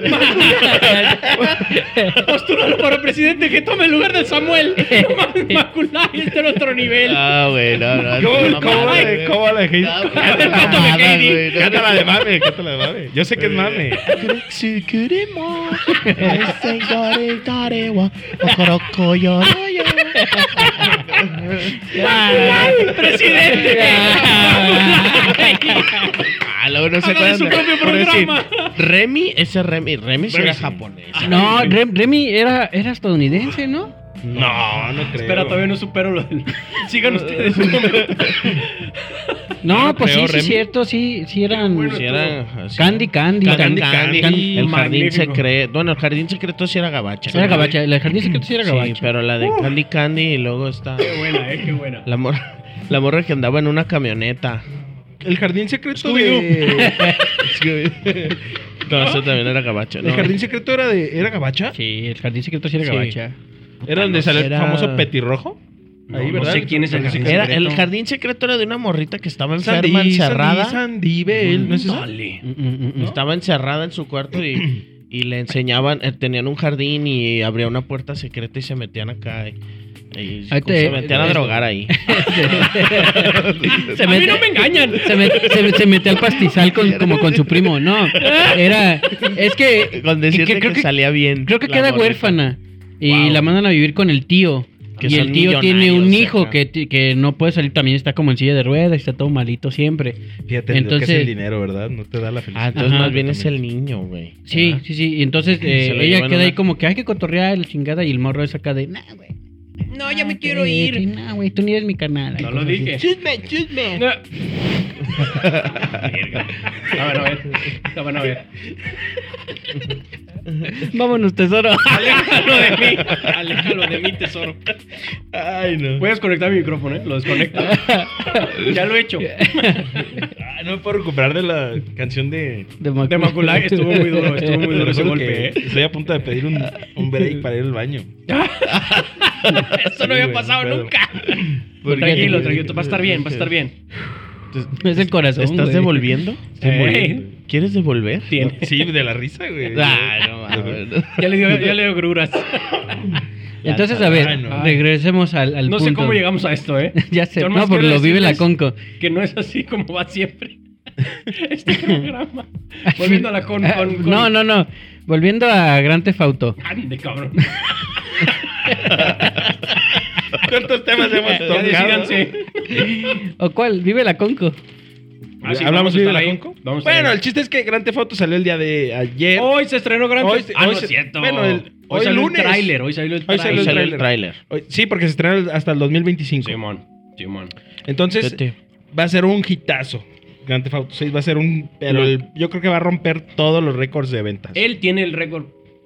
Postúralo para presidente que tome el lugar de Samuel. No mames, Mapulay, este es otro nivel. Ah, güey, no, no. ¿Cómo, no, cómo, la, mamada, güey. ¿Cómo la gente? No, güey, Cántala el pato de mamada, Heidi. güey, no. cántala de mame, cántala de mame. Yo sé que es mame. Tsukuremo, Este ese gore gore wa okoroko yoroyo. ¡Presidente! Ah, luego no se Haga de acuerdan su propio por decir, programa. Remy, ese Remy, Remy sí Remy era sí. japonés. No, Rem- Remy era, era estadounidense, ¿no? No, no creo. Espera, todavía no supero lo del... Sigan ustedes un momento. No, no pues creo, sí, Remy. sí, cierto, sí, sí eran. bueno, Sí era así. Candy, Candy. Candy, Candy. Candy. El jardín Magnífico. secreto. Bueno, el jardín secreto sí era gabacha. Era gabacha, el jardín secreto sí era Sí, gabacha. pero la de Candy Candy y luego está Qué buena, eh, qué buena. la morra, la morra que andaba en una camioneta. El jardín secreto Scooby-Doo. de... No, eso también era gabacha. ¿El jardín secreto era de... ¿Era gabacha? Sí, el jardín secreto sí era Sí. gabacha. ¿Era donde no, salió el era- famoso petirrojo? No, Ahí, no ¿verdad? sé quién es el Entonces, jardín Era, secreto. el jardín secreto era de una morrita que estaba Sandy, enferma, encerrada. Sandy, Sandy Bell, ¿no es eso? Dale. Mm, mm, mm, mm. Estaba encerrada en su cuarto y, y le enseñaban, eh, tenían un jardín y abría una puerta secreta y se metían acá. Y, y Ahí te- se metían a eh, drogar ahí. Se A mí mete- no me engañan. Se, met- se, se metió al pastizal con, como con su primo, no. Era. Es que. Con decirte que- que, creo que- salía bien. Creo que la queda morrita. huérfana. Y Wow. la mandan a vivir con el tío. Que y el son tío tiene un millonarios, hijo ajá. que, ti- que no puede salir, también está como en silla de ruedas, está todo malito siempre. Fíjate, lo que es Entonces- el dinero, ¿verdad? No te da la felicidad. Ah, entonces Ajá, más bien es exactamente. el niño, güey. Sí, Ah. sí, sí. Y entonces eh, se lo ella llevan queda una- ahí como que hay que cotorrear la chingada y el morro es acá de, nah, güey. No, ya ah, tú- sí, nah, güey, tú ni eres mi canal. No lo dije. Chisme, chisme. No. Verga. La van a ver. La van a ver. Vámonos, tesoro. Aléjalo de mí. Aléjalo de mí, tesoro. Ay, no. Voy a desconectar mi micrófono, ¿eh? Lo desconecto. ya lo he hecho. Ah, no me puedo recuperar de la canción de. Macu- De Maculay estuvo muy duro, estuvo muy duro ese Recuerdo golpe, que ¿eh? Estoy a punto de pedir un, un break para ir al baño. Eso no Sí, había güey, pasado pero- nunca. ¿Por qué? Tranquilo, tranquilo. Va a estar bien, va a estar bien. Es el corazón. ¿Estás güey. devolviendo? Eh, ¿Quieres devolver? tiene. Sí, de la risa, güey. Ah, no mames. Ya le dio, ya le dio gruras. Entonces, a ver, Ay, no. regresemos al, al No punto. sé cómo llegamos a esto, ¿eh? Ya sé, Yo no, nomás porque quiero lo vive la decirles Conco. Que no es así como va siempre. Este programa. Volviendo a la con. Ah, con- con- No, no, no. Volviendo a Gran Tefauto. Ande, cabrón. ¿Cuántos temas hemos Ya tocado? decídanse. ¿O cuál? Vive la Conco. Ah, sí, ¿Hablamos vamos a de estar la ahí. Conco? Vamos a estar Bueno, ahí. Oh. el chiste es que Gran Foto salió el día de ayer. Hoy se estrenó Gran Hoy- Theft- Ah, hoy no se- es cierto. bueno, el- hoy salió lunes. el tráiler, hoy salió el Hoy Ahí salió tráiler. salió el tráiler. Hoy- Sí, porque se estrena hasta el 2025. Simón, Simón. Entonces, Vete. va a ser un hitazo. Grand Theft Auto 6 va a ser un... Pero el- yo creo que va a romper todos los récords de ventas. Él tiene el récord.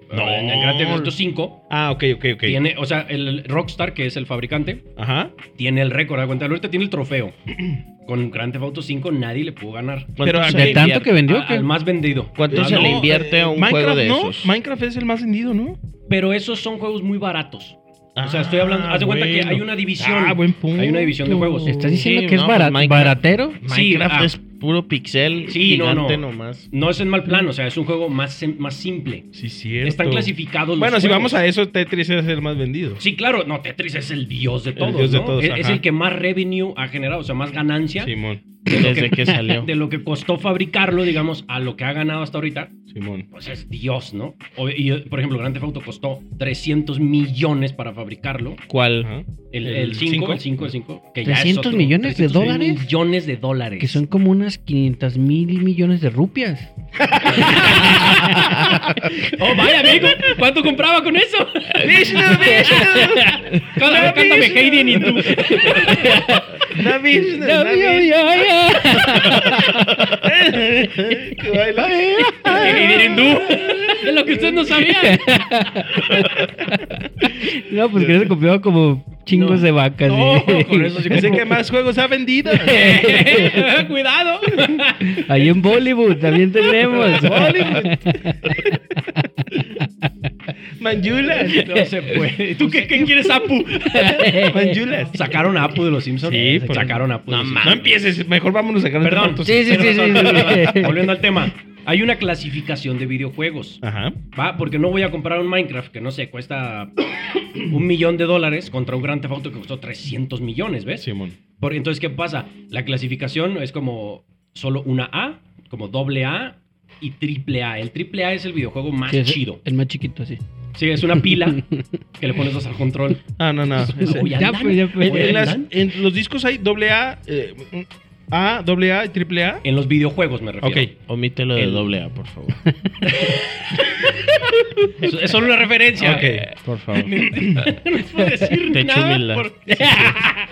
eh, No. En el Gran Theft Auto 5 Ah, ok, ok, ok. tiene, o sea, el Rockstar, que es el fabricante, Ajá. tiene el récord. A cuenta, ahorita tiene el trofeo. Con Grand Theft Auto 5 nadie le pudo ganar. Pero ¿Cuánto Sí, se ¿De le tanto invierte? que vendió? A- que- al más vendido. ¿Cuánto Ah, se no, le invierte a un Minecraft, juego de ¿no? esos? Minecraft es el más vendido, ¿no? Pero esos son juegos muy baratos. O sea, estoy hablando. Ah, Haz de cuenta que bueno. hay una división. Ah, buen punto. Hay una división de juegos. ¿Estás diciendo Sí, que es no, pues, bara- Minecraft. baratero? Minecraft ah. es puro pixel Sí, no, gigante no. nomás. No es en mal plan, o sea, es un juego más, sim- más simple. Sí, cierto. Están clasificados los Bueno, si juegos. vamos a eso, Tetris es el más vendido. Sí, claro, no, Tetris es el dios de todos. dios de ¿no? todos, es, es ajá. el que más revenue ha generado, o sea, más ganancia Simón, Desde que salió. de lo que costó fabricarlo, digamos, a lo que ha ganado hasta ahorita. Simón. Pues es dios, ¿no? O- y, eh, por ejemplo, Grand Theft Auto costó 300 millones para fabricarlo. ¿Cuál? Ajá. El, ¿El el 5, cinco? el 5, el 5. Que ya es 300 otro- millones de 300 dólares. millones de dólares. Que son como unas 500 mil millones de rupias. Oh, vaya, amigo. ¿Cuánto compraba con eso? Vishnu, Vishnu. Cántame, cántame Heidi en hindú. No, Vishnu, no, Vishnu. Que baila. Ah. Heidi en hindú. Es lo que usted no sabía. No, pues que se compraba como chingos No. de vacas. No, y- con eso sí Sé que más juegos ha vendido. Cuidado. Ahí en Bollywood también tenemos. Hollywood. Manjulas. No se puede. ¿Tú qué, qué quieres, Apu? Manjulas. Sacaron a Apu de los Simpsons. Sí, por- sacaron a Apu. de los Simpsons. No empieces, mejor vámonos a ganar. pues, Perdón. Sí, sí, tienes sí, razón, sí, tienes sí. razón. Volviendo al tema. Hay una clasificación de videojuegos. Ajá. Va, porque no voy a comprar un Minecraft que no sé, cuesta un millón de dólares contra un Grand Theft Auto que costó 300 millones, ¿ves? Simón. Porque entonces, ¿qué pasa? La clasificación es como solo una A, como doble A y triple A. El triple A es el videojuego más Sí, es chido. El más chiquito, así. Sí, es una pila que le pones dos al control. Ah, no, no. ese- Oye, Ya, andan, pues, ya, pues. En, oye, en las- andan. en los discos hay doble A, eh, A, doble A y triple A. En los videojuegos me refiero. Ok. Omítelo de El- doble A, por favor. Es, es solo una referencia. Ok. Por favor. No les puedo decir Te echo nada. humildad. por-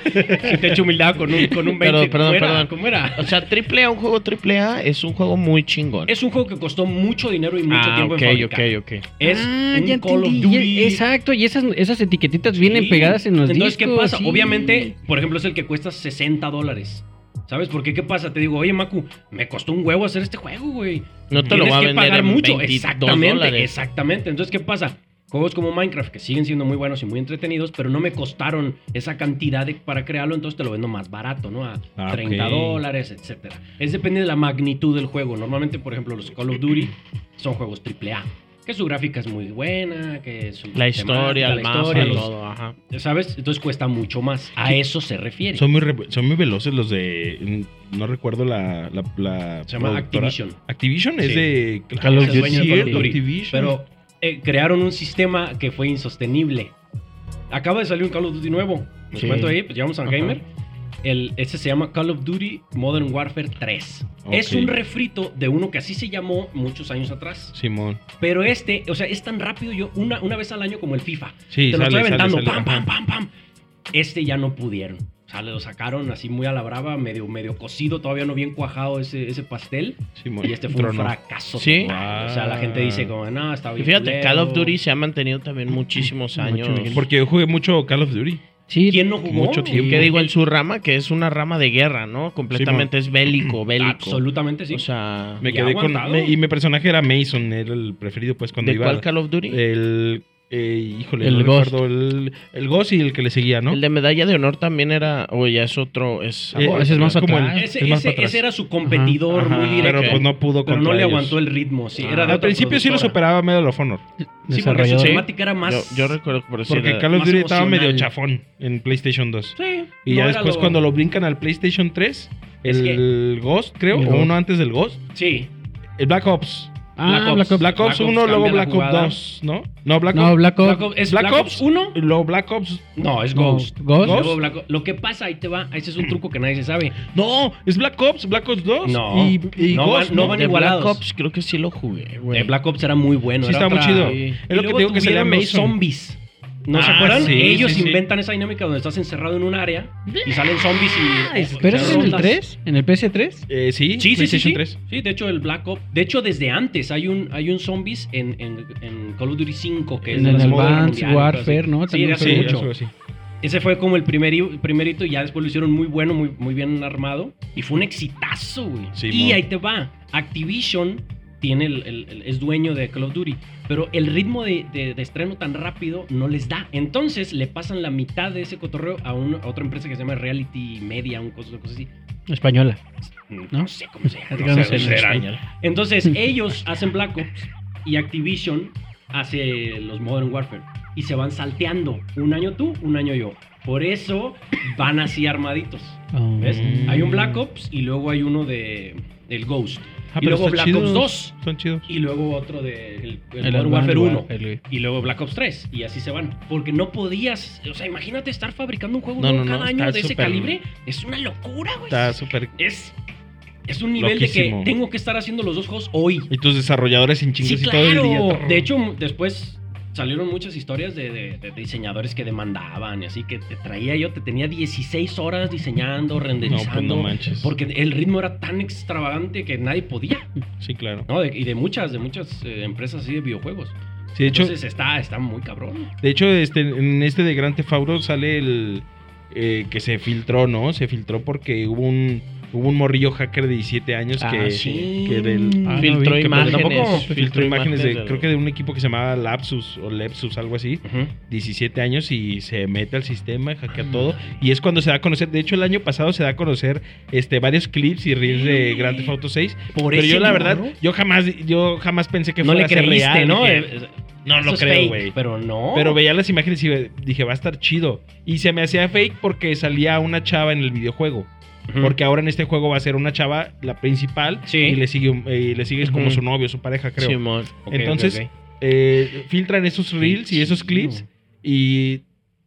Sí, te echo humildad con un, con un 20. Pero, perdón, ¿Cómo era? perdón. ¿Cómo era? O sea, triple A, un juego triple A es un juego muy chingón. Es un juego que costó mucho dinero y mucho ah, tiempo ok, en ok, fabricar. ok. Es Ah, un ya Call of entendí. Duty. Ya- Exacto, y esas, esas etiquetitas vienen Sí. pegadas en los Entonces, discos. ¿qué pasa? sí. Obviamente, por ejemplo, es el que cuesta 60 dólares. ¿Sabes? Porque qué pasa? Te digo, oye, Macu, me costó un huevo hacer este juego, güey. No te lo Tienes va a que vender pagar en mucho. 22 Exactamente, dólares. exactamente. Entonces, ¿qué pasa? Juegos como Minecraft, que siguen siendo muy buenos y muy entretenidos, pero no me costaron esa cantidad de- para crearlo, entonces te lo vendo más barato, ¿no? A Ah, 30 ok. dólares, etcétera. Es depende de la magnitud del juego. Normalmente, por ejemplo, los Call of Duty son juegos AAA. Que su gráfica es muy buena, que su La historia, temática, el la mapa, historia, los- todo, ajá. ¿Sabes? Entonces cuesta mucho más. A eso se refiere. Son muy, re- son muy veloces los de. No recuerdo la. la, la se llama productora. Activision. Activision es Sí. de. Call of Sí, Duty. es cierto, Call of Duty. Activision. Pero eh, crearon un sistema que fue insostenible. Acaba de salir un Call of Duty nuevo. Les Sí. cuento ahí, pues llevamos a Ajá. Gamer. El, este se llama Call of Duty Modern Warfare 3. Es Ok. un refrito de uno que así se llamó muchos años atrás. Simón. Pero este, o sea, es tan rápido yo, una, una vez al año como el FIFA. Sí, Te lo sale, estoy sale, aventando, sale. pam, pam, pam, pam. Este ya no pudieron. O sea, lo sacaron así muy a la brava, medio, medio cocido, todavía no bien cuajado ese, ese pastel. Simón. Y este fue Trono. un fracaso. Sí. total. O sea, la gente dice como, no, está Y bien. fíjate, culero". Call of Duty se ha mantenido también muchísimos años. Porque yo jugué mucho Call of Duty. Sí, ¿Quién no jugó? Mucho tiempo. ¿Qué digo en su rama? Que es una rama de guerra, ¿no? Completamente es bélico, bélico. Absolutamente sí. O sea, Me ¿Y quedé con. aguantado? me- y mi personaje era Mason, era el preferido, pues, cuando ¿de iba. cuál Call of Duty? El. eh, híjole, El no Ghost. recuerdo, el, el Ghost y el que le seguía, ¿no? El de medalla de honor también era, oye, es otro, es... Eh, ese es más como atrás. el- ese, es más ese- para atrás. ese era su competidor Ajá, muy ajá. directo. Pero pues no pudo Pero no contra le ellos. aguantó el ritmo, sí. Ah. Era de Al otra principio sí lo productora. superaba Medal of Honor. Sí, porque su Desarrollador. temática era más. yo, yo recuerdo que por eso Porque era- Call of más Duty estaba emocional. medio chafón en PlayStation 2. Sí. Y no ya era después cuando lo brincan al PlayStation 3, el Es Ghost, creo, El o Ghost. uno antes del Ghost, Sí. el Black Ops. Ah, Black Black Ops. Ops. Black Ops Black Ops 1, luego cambia la Black Ops jugada. 2, ¿no? No, Black No, Ops. Black Ops. Black Ops, ¿Es Black Black Ops Ops 1? Luego Black Ops. No, es No, Ghost. Ghost. Luego Ghost. Black Ops. Lo que pasa, ahí te va. Ese es un truco que nadie se sabe. No, es Black Ops, Black Ops 2. No. Y, y No Ghost. van- no ¿no? van de Black igualados. Ops creo que sí lo jugué, güey. Eh, Black Ops era muy bueno. Sí, era está muy otra- chido. Sí. Es lo que te digo que salía salían los Mason. zombies. ¿No se Ah, acuerdan? sí, Ellos sí, sí. inventan esa dinámica donde estás encerrado en un área y salen zombies y. o- ¿Pero ese Ah, es en el rondas. 3? ¿En el PS3? Eh, sí, Sí, sí, sí, PlayStation sí. 3. Sí, de hecho el Black Ops. De hecho, desde antes hay un, hay un zombies en, en, en Call of Duty 5 que es En de el las modas mundiales, Advanced pero así. Warfare, ¿no? Sí, era También hace Sí, Ah, fue mucho. algo así. Ese fue como el primer, hi- primer hito y ya después lo hicieron muy bueno, muy, muy bien armado. Y fue un exitazo, güey. Sí, y mon. ahí te va. Activision tiene el, el- el- es dueño de Call of Duty. Pero el ritmo de, de- de estreno tan rápido no les da. Entonces le pasan la mitad de ese cotorreo a, un- a otra empresa que se llama Reality Media, un cosa, una cosa así. Española. No, ¿No? sé cómo se llama. Digamos sé, en será. español. Entonces ellos hacen Black Ops y Activision hace los Modern Warfare. Y se van salteando. Un año tú, un año yo. Por eso van así armaditos. Oh. ¿Ves? Mm. Hay un Black Ops y luego hay uno de el Ghost. Ah, y pero luego está Black chido. Ops 2. Son chidos. Y luego otro de el, el El Modern Warfare 1. güey. Y luego Black Ops 3. Y así se van. Porque no podías. O sea, imagínate estar fabricando un juego No, nuevo no, no, cada está año de ese súper- calibre. Es una locura, güey. Está súper. Es es un nivel Loquísimo. de que tengo que estar haciendo los dos juegos hoy. Y tus desarrolladores sin Sí, chingos y todo el día. claro. trrr. De hecho, mu- después salieron muchas historias de, de- de diseñadores que demandaban y así que te traía yo, te tenía 16 horas diseñando, no, pues renderizando. no manches. porque el ritmo era tan extravagante que nadie podía. Sí, claro. ¿no? De- y de muchas, de muchas eh, empresas así de videojuegos. Sí, de hecho, Entonces está, está muy cabrón. de hecho este, en este de Grand Theft Auto sale el eh, que se filtró, ¿no? Se filtró porque hubo un hubo un morrillo hacker de 17 años Ah, que, sí. que Mm. del Ah, no vi, filtró que- pero imágenes. tampoco filtró, imágenes de, del- creo que de un equipo que se llamaba Lapsus o Lepsus, algo así. 17 años y se mete al sistema, Mm. hackea todo. Y es cuando se da a conocer. De hecho, el año pasado se da a conocer este, varios clips y reels de Grand Theft Auto 6. Por pero ese yo, la morro, verdad, yo jamás, yo jamás pensé que no fuera le a ser creíste, "Oh". real. ¿no? Dije, Eh, eh, no eso lo es creo, fake", güey. Pero no. Pero veía las imágenes y ve- dije, va a estar chido. Y se me hacía fake porque salía una chava en el videojuego. Ujú. Porque ahora en este juego va a ser una chava la principal Mm. Sí. y le sigue un- eh, y le sigues como Ujú. su novio, su pareja, creo. Simón. Ok, ok, entonces, ok. eh, filtran esos reels y esos clips y,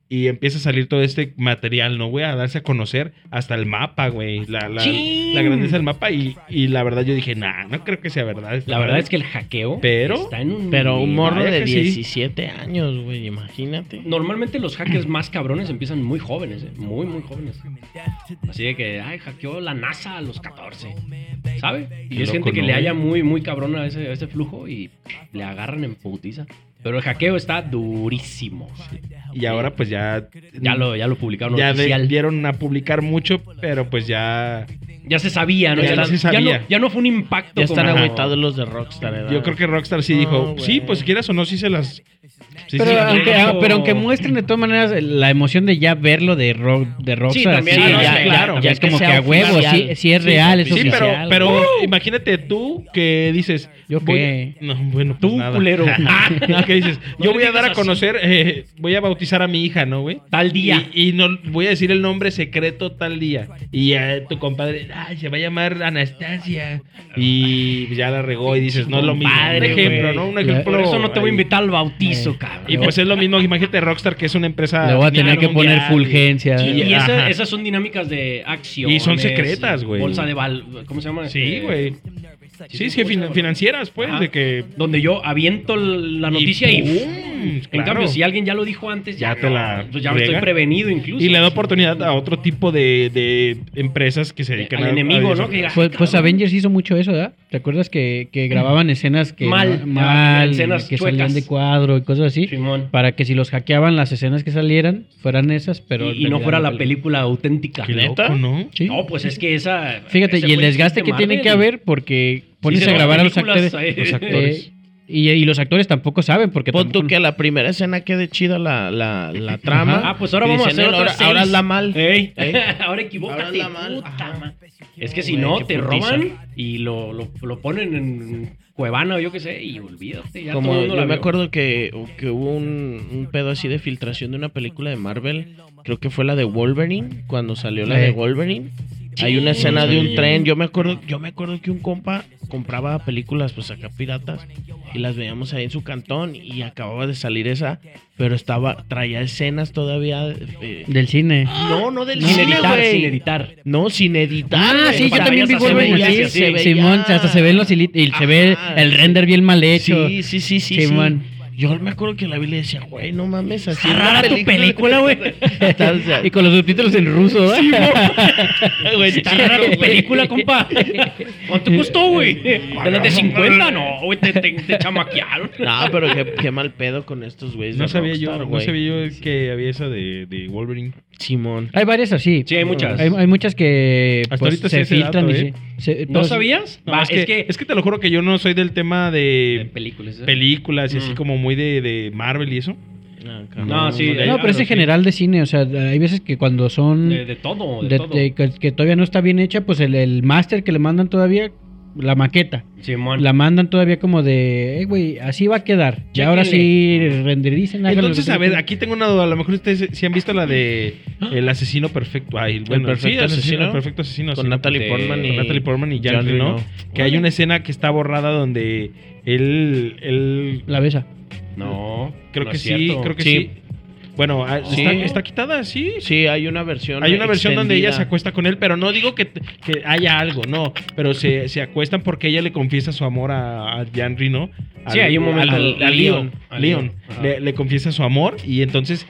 y empieza a salir todo este material, ¿no, güey? A darse a conocer hasta el mapa, güey. La, la, Chin. la grandeza del mapa y, y la verdad yo dije, nah, no creo que sea verdad. La verdad es que el hackeo Pero- está en un Pero un nivel- morro vaya de que sí. 17 años, güey, imagínate. Normalmente los hackers más cabrones empiezan muy jóvenes, eh, muy, muy jóvenes. Así de que, ay, hackeó la NASA a los 14, ¿sabe? Y Qué es loco, gente que ¿no, le güey? haya muy, muy cabrona a ese, a ese flujo y le agarran en putiza. Pero el hackeo está durísimo. Y ahora pues ya... Ya lo, ya lo publicaron ya de- oficial. dieron a publicar mucho, pero pues ya... ya se sabía, ¿no? Ya no- se no, sabía. ya no fue un impacto. Ya están como- agüitados los de Rockstar, ¿eh? Yo creo que Rockstar sí No, dijo, güey. sí, pues quieras o no, sí se las... sí Pero, se las- aunque, eso- pero aunque muestren de todas maneras la emoción de ya verlo de, Ro, de Rockstar. también, así, ah, no, ya, sí, ya- claro, ya ya es que como que sea a huevo, oficial. sí, sí es real, es Sí, pero, oficial. pero güey. imagínate tú que dices... ¿Yo voy- qué? No, bueno, pues Tú, nada. culero. Ah, ¿Qué dices? No Yo le voy a dar a digas así. conocer, eh, voy a bautizar a mi hija, ¿no, güey? Tal día. Y, y no voy a decir el nombre secreto tal día. Y eh, tu compadre, ay, se va a llamar Anastasia. Y pues ya la regó y dices, no es lo mismo. Compadre, Un ejemplo, güey. ¿no? Un ejemplo. Por eso no te voy a ahí. invitar al bautizo, Eh. cabrón. Y pues es lo mismo, imagínate Rockstar, que es una empresa. Le voy a tener que poner mundial, fulgencia. Sí, Y Ajá. esa- esas son dinámicas de acción. Y son secretas, güey. Bolsa de val... ¿Cómo se llama? y- Sí, Este, güey. Sí, sí, bolsa de fin- val- financieras, pues, Ajá. de que. Donde yo aviento l- la noticia y... ¡pum! ¡fum! En Claro. cambio, si alguien ya lo dijo antes, ya, Ya te no, la pues ya me estoy riega. prevenido incluso. Y le da oportunidad a otro tipo de, de empresas que se dedican Eh, a- Al a enemigo, ¿no? videojuegos. Que diga, Pues, pues cabrón, Avengers hizo mucho eso, ¿verdad? ¿Te acuerdas que, que grababan escenas que Mal, mal escenas que chuecas. salían de cuadro y cosas así? Simón. Para que si los hackeaban las escenas que salieran fueran esas, pero... y, y no fuera la película auténtica. Qué loco, ¿no? Sí. No, pues es que esa... Fíjate, ese y el fue desgaste que chiste tiene que Marvel. haber porque pones se a ven grabar a los películas eh, ahí. actores. los actores. y, y los actores tampoco saben porque Pon tú tampoco- que la primera escena quede chida la, la, la trama. Ah, pues ahora vamos a Dicen, hacer "No, ahora, otra seis". Eh, ahora es la mal. Eh, Ey, Ey. ahora equivócate, Ahora la mal. puta Ajá. ma- Es que si Güey, no, qué te putiza. roban y lo, lo, lo ponen en Cuevana o yo qué sé, y olvídate. Ya todo Como el mundo yo la me vio. acuerdo que, que hubo un, un pedo así de filtración de una película de Marvel, creo que fue la de Wolverine, cuando salió la de Eh. Wolverine. Hay una escena de un tren, yo me acuerdo, yo me acuerdo que un compa compraba películas pues acá piratas y las veíamos ahí en su cantón y acababa de salir esa, pero estaba traía escenas todavía eh, del cine. Ah, no, no del Sin cine, editar, güey. sin editar. No, sin editar. Ah, güey. sí, yo Para también que vi hasta se Wolverine. veía, Sí, se veía. Simón, hasta se ven los hilitos y se ve Ajá, el sí. render bien mal hecho. Sí, sí, sí, sí. Simón. sí. Yo me acuerdo que la vi y le decía, güey, no mames, así. Está es la rara tu película, güey. Está- o sea, Y con los subtítulos en ruso. ¿eh? güey, Está rara tu chido, güey. película, compa. ¿Cuánto costó, güey? ¿De las de 50? No, güey, te, te, te chamaquearon. No, pero qué, qué mal pedo con estos güeyes. No de sabía Rockstar, yo, no güey. sabía yo que había esa de, de Wolverine. Simón. Hay varias así. Sí, hay muchas. Hay, hay muchas que Hasta pues, ahorita sí se ese filtran dato, y ¿eh? sí- se- ¿No pero- sabías? No, Va, es, que, es que te lo juro que yo no soy del tema de de películas. ¿eh? películas y así Mm. como muy de, de Marvel y eso. Ah, cabrón. No, sí. no, eh, No, pero es en sí. general de cine. O sea, hay veces que cuando son... De, de todo, de, de- todo. de- que, que todavía no está bien hecha, pues el, el máster que le mandan todavía, la maqueta, Simón. la mandan todavía como de, "Eh, güey, así va a quedar. Y ahora sí rendericen. háganlo Entonces, lo que a ver, tengan". aquí tengo una duda. A lo mejor ustedes si han visto la de El asesino perfecto. Ay, bueno, perfecto sí, el asesino, asesino. el perfecto asesino. Con sí, Natalie de- Portman y- con Natalie Portman y Jack Jack Reno, Reno. Que hay una escena que está borrada donde él, él La besa. No, creo no que es sí, cierto. creo que Sí. sí. Bueno, ah, Sí. está, está quitada, sí. Sí, hay una versión. Hay una versión donde ella se extendida. acuesta con él, pero no digo que, que haya algo, no. Pero se, se acuestan porque ella le confiesa su amor a, a Janry, ¿no? Al- Sí, hay un momento- Al, a Leon. al Leon. Al Leon. Leon, ajá. Le, le confiesa su amor y entonces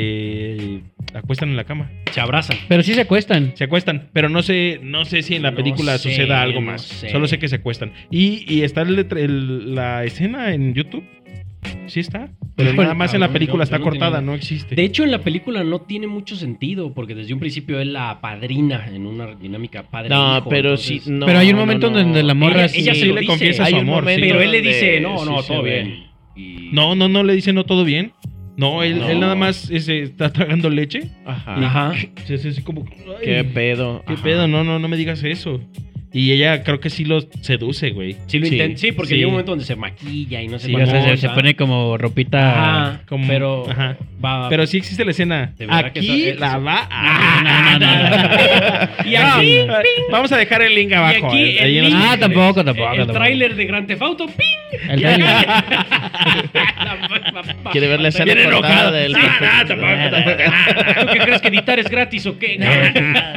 se acuestan en la cama. Se abrazan. Pero sí se acuestan. Se acuestan, pero no sé, no sé si en la No película sé, suceda algo no más. sé. Solo sé que se acuestan. Y, y está el- el- la escena en YouTube. Sí está. Pero Híjole, nada más en la cabrón, película yo- está yo no tenía cortada, idea. no existe. De hecho, en la película no tiene mucho sentido, porque desde un principio él la padrina en una dinámica padre. No, hijo, pero entonces- sí. No, Pero hay un no, momento no. donde la morra Ella- sí- ella se Sí lo le dice. confiesa Hay su un amor, sí. momento Pero él le donde dice, no, no, sí se todo ve. bien. Y- No, no, no le dice no todo bien. No, él, No. él nada más eh, se está tragando leche. Ajá. Ajá. Se hace así como. "Ay, Qué pedo. qué Ajá. pedo, no, no, no me digas eso. Y ella creo que sí lo seduce, güey. Sí, lo Sí, intenta. Sí, porque sí. llega un momento donde se maquilla y no se Sí, o sea, se, maquilla. se pone como ropita. Ajá, Como- pero. ah, ajá. Va, Pero sí existe la escena. De verdad que Aquí eso- la eso- va No, a. no, no, no. y aquí. Ah, Vamos a dejar el link Y abajo. aquí. ahí en los- el link. tráiler- Ah, tampoco, tampoco, El tampoco. tráiler de Grand Theft Auto. ¡Ping! El trailer. Quiere ver la pues, escena Viene cortada enojado. del- Ah, no, tampoco, tampoco. Ah, ¿Tú qué crees que editar es gratis o qué?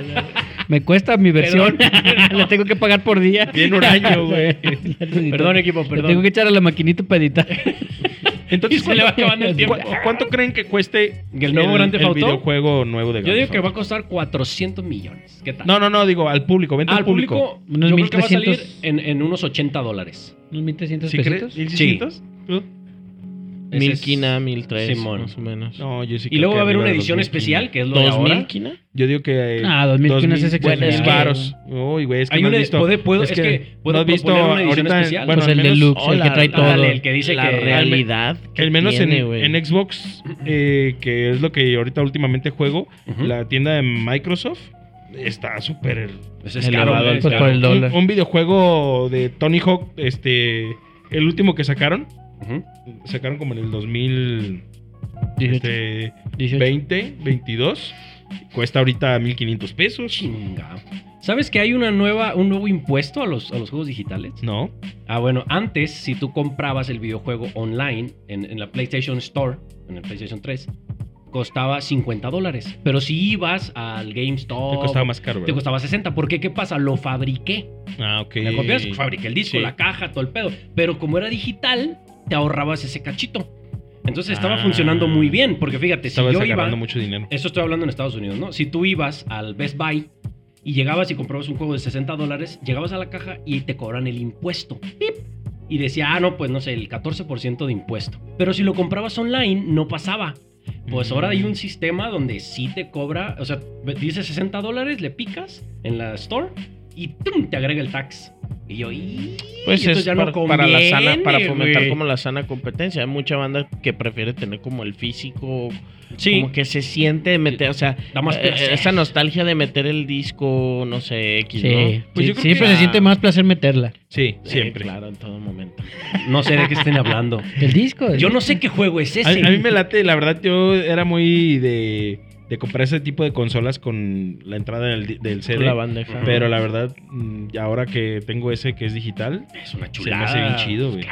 Me cuesta mi versión. Perdón. la tengo que pagar por día. Bien huraño, güey. Perdón, equipo, Le tengo perdón. que echar a la maquinita para editar. Entonces, Y se le va acabando el tiempo. ¿cu- ¿Cuánto creen que cueste ¿El nuevo Grand Theft el Auto? videojuego nuevo de Yo Grand digo Theft que va Auto? a costar 400 millones. ¿Qué tal? No, no, no, digo al público. Vente Al público, Unos yo creo que va a 1300. salir en, en unos 80 dólares. ¿Unos 1300 ¿Sí pesitos? crees? ¿1600? ¿Tú? Ese Mil es- quina, mil tres. Simón. Más o menos. No, yo sí Y creo luego que va a haber arriba una de edición 2000. especial, que es lo de ¿Dos ahora. mil quina? Yo digo que. Ah, 2000 que no es ese buenos excepcional. varos. Uy, güey, es que Hay no una- has visto. puede- puedo- es que puedo no has visto proponer una edición ahorita. especial. Bueno, Pues el al menos, deluxe, oh, el que la- trae la- todo. Ándale, el que dice la que realidad. al menos en- en, Xbox. Xbox, eh, que es lo que ahorita últimamente juego, Ujú. la tienda de Microsoft está súper. el- Pues es Elevado, caro, güey, Pues es por caro. el Un, dólar. un videojuego de Tony Hawk, este. El último que sacaron, Ujú. sacaron como en el 2000. 18, Este, 18. 20, 22. Cuesta ahorita 1500 pesos. Chinga. ¿Sabes que hay una nueva, un nuevo impuesto a los, a los juegos digitales? No. Ah, bueno, antes, si tú comprabas el videojuego online en, en la PlayStation Store, en el PlayStation 3, costaba 50 dólares. Pero si ibas al GameStop, Te costaba más caro, Oh, te ¿verdad? costaba 60. ¿Por qué? ¿Qué pasa? Lo fabriqué. Ah, ok. ¿Me copias? Pues, Fabriqué el disco, Sí. la caja, todo el pedo. Pero como era digital, te ahorrabas ese cachito. Entonces estaba Ah. funcionando muy bien, porque fíjate, si Estabas yo iba... agarrando mucho dinero. Eso estoy hablando en Estados Unidos, ¿no? Si tú ibas al Best Buy y llegabas y comprabas un juego de 60 dólares, llegabas a la caja y te cobran el impuesto. ¡Pip! Y decía, ah, no, pues no sé, el 14% de impuesto. Pero si lo comprabas online, no pasaba. Pues ahora hay Mm. un sistema donde sí te cobra, o sea, dice 60 dólares, le picas en la store y ¡tum! te agrega el tax. Y yo, ¡y! Pues Entonces es ya no par- para la sana, para conviene, fomentar güey. como la sana competencia. Hay mucha banda que prefiere tener como el físico, Sí, como que se siente de meter, o sea, da más eh, placer. esa nostalgia de meter el disco, no sé, X, Sí, ¿no? Pues sí, yo creo que- siempre se siente más placer meterla. Sí, Eh, siempre. claro, en todo momento. No sé de qué estén hablando. El disco. el- Yo no sé qué juego es A, ese. a mí me late, la verdad, yo era muy de, de comprar ese tipo de consolas con la entrada del, di- del CD. La bandeja. pero la verdad, mm, ahora que tengo ese que es digital, Es una se me chulada. hace bien chido, güey.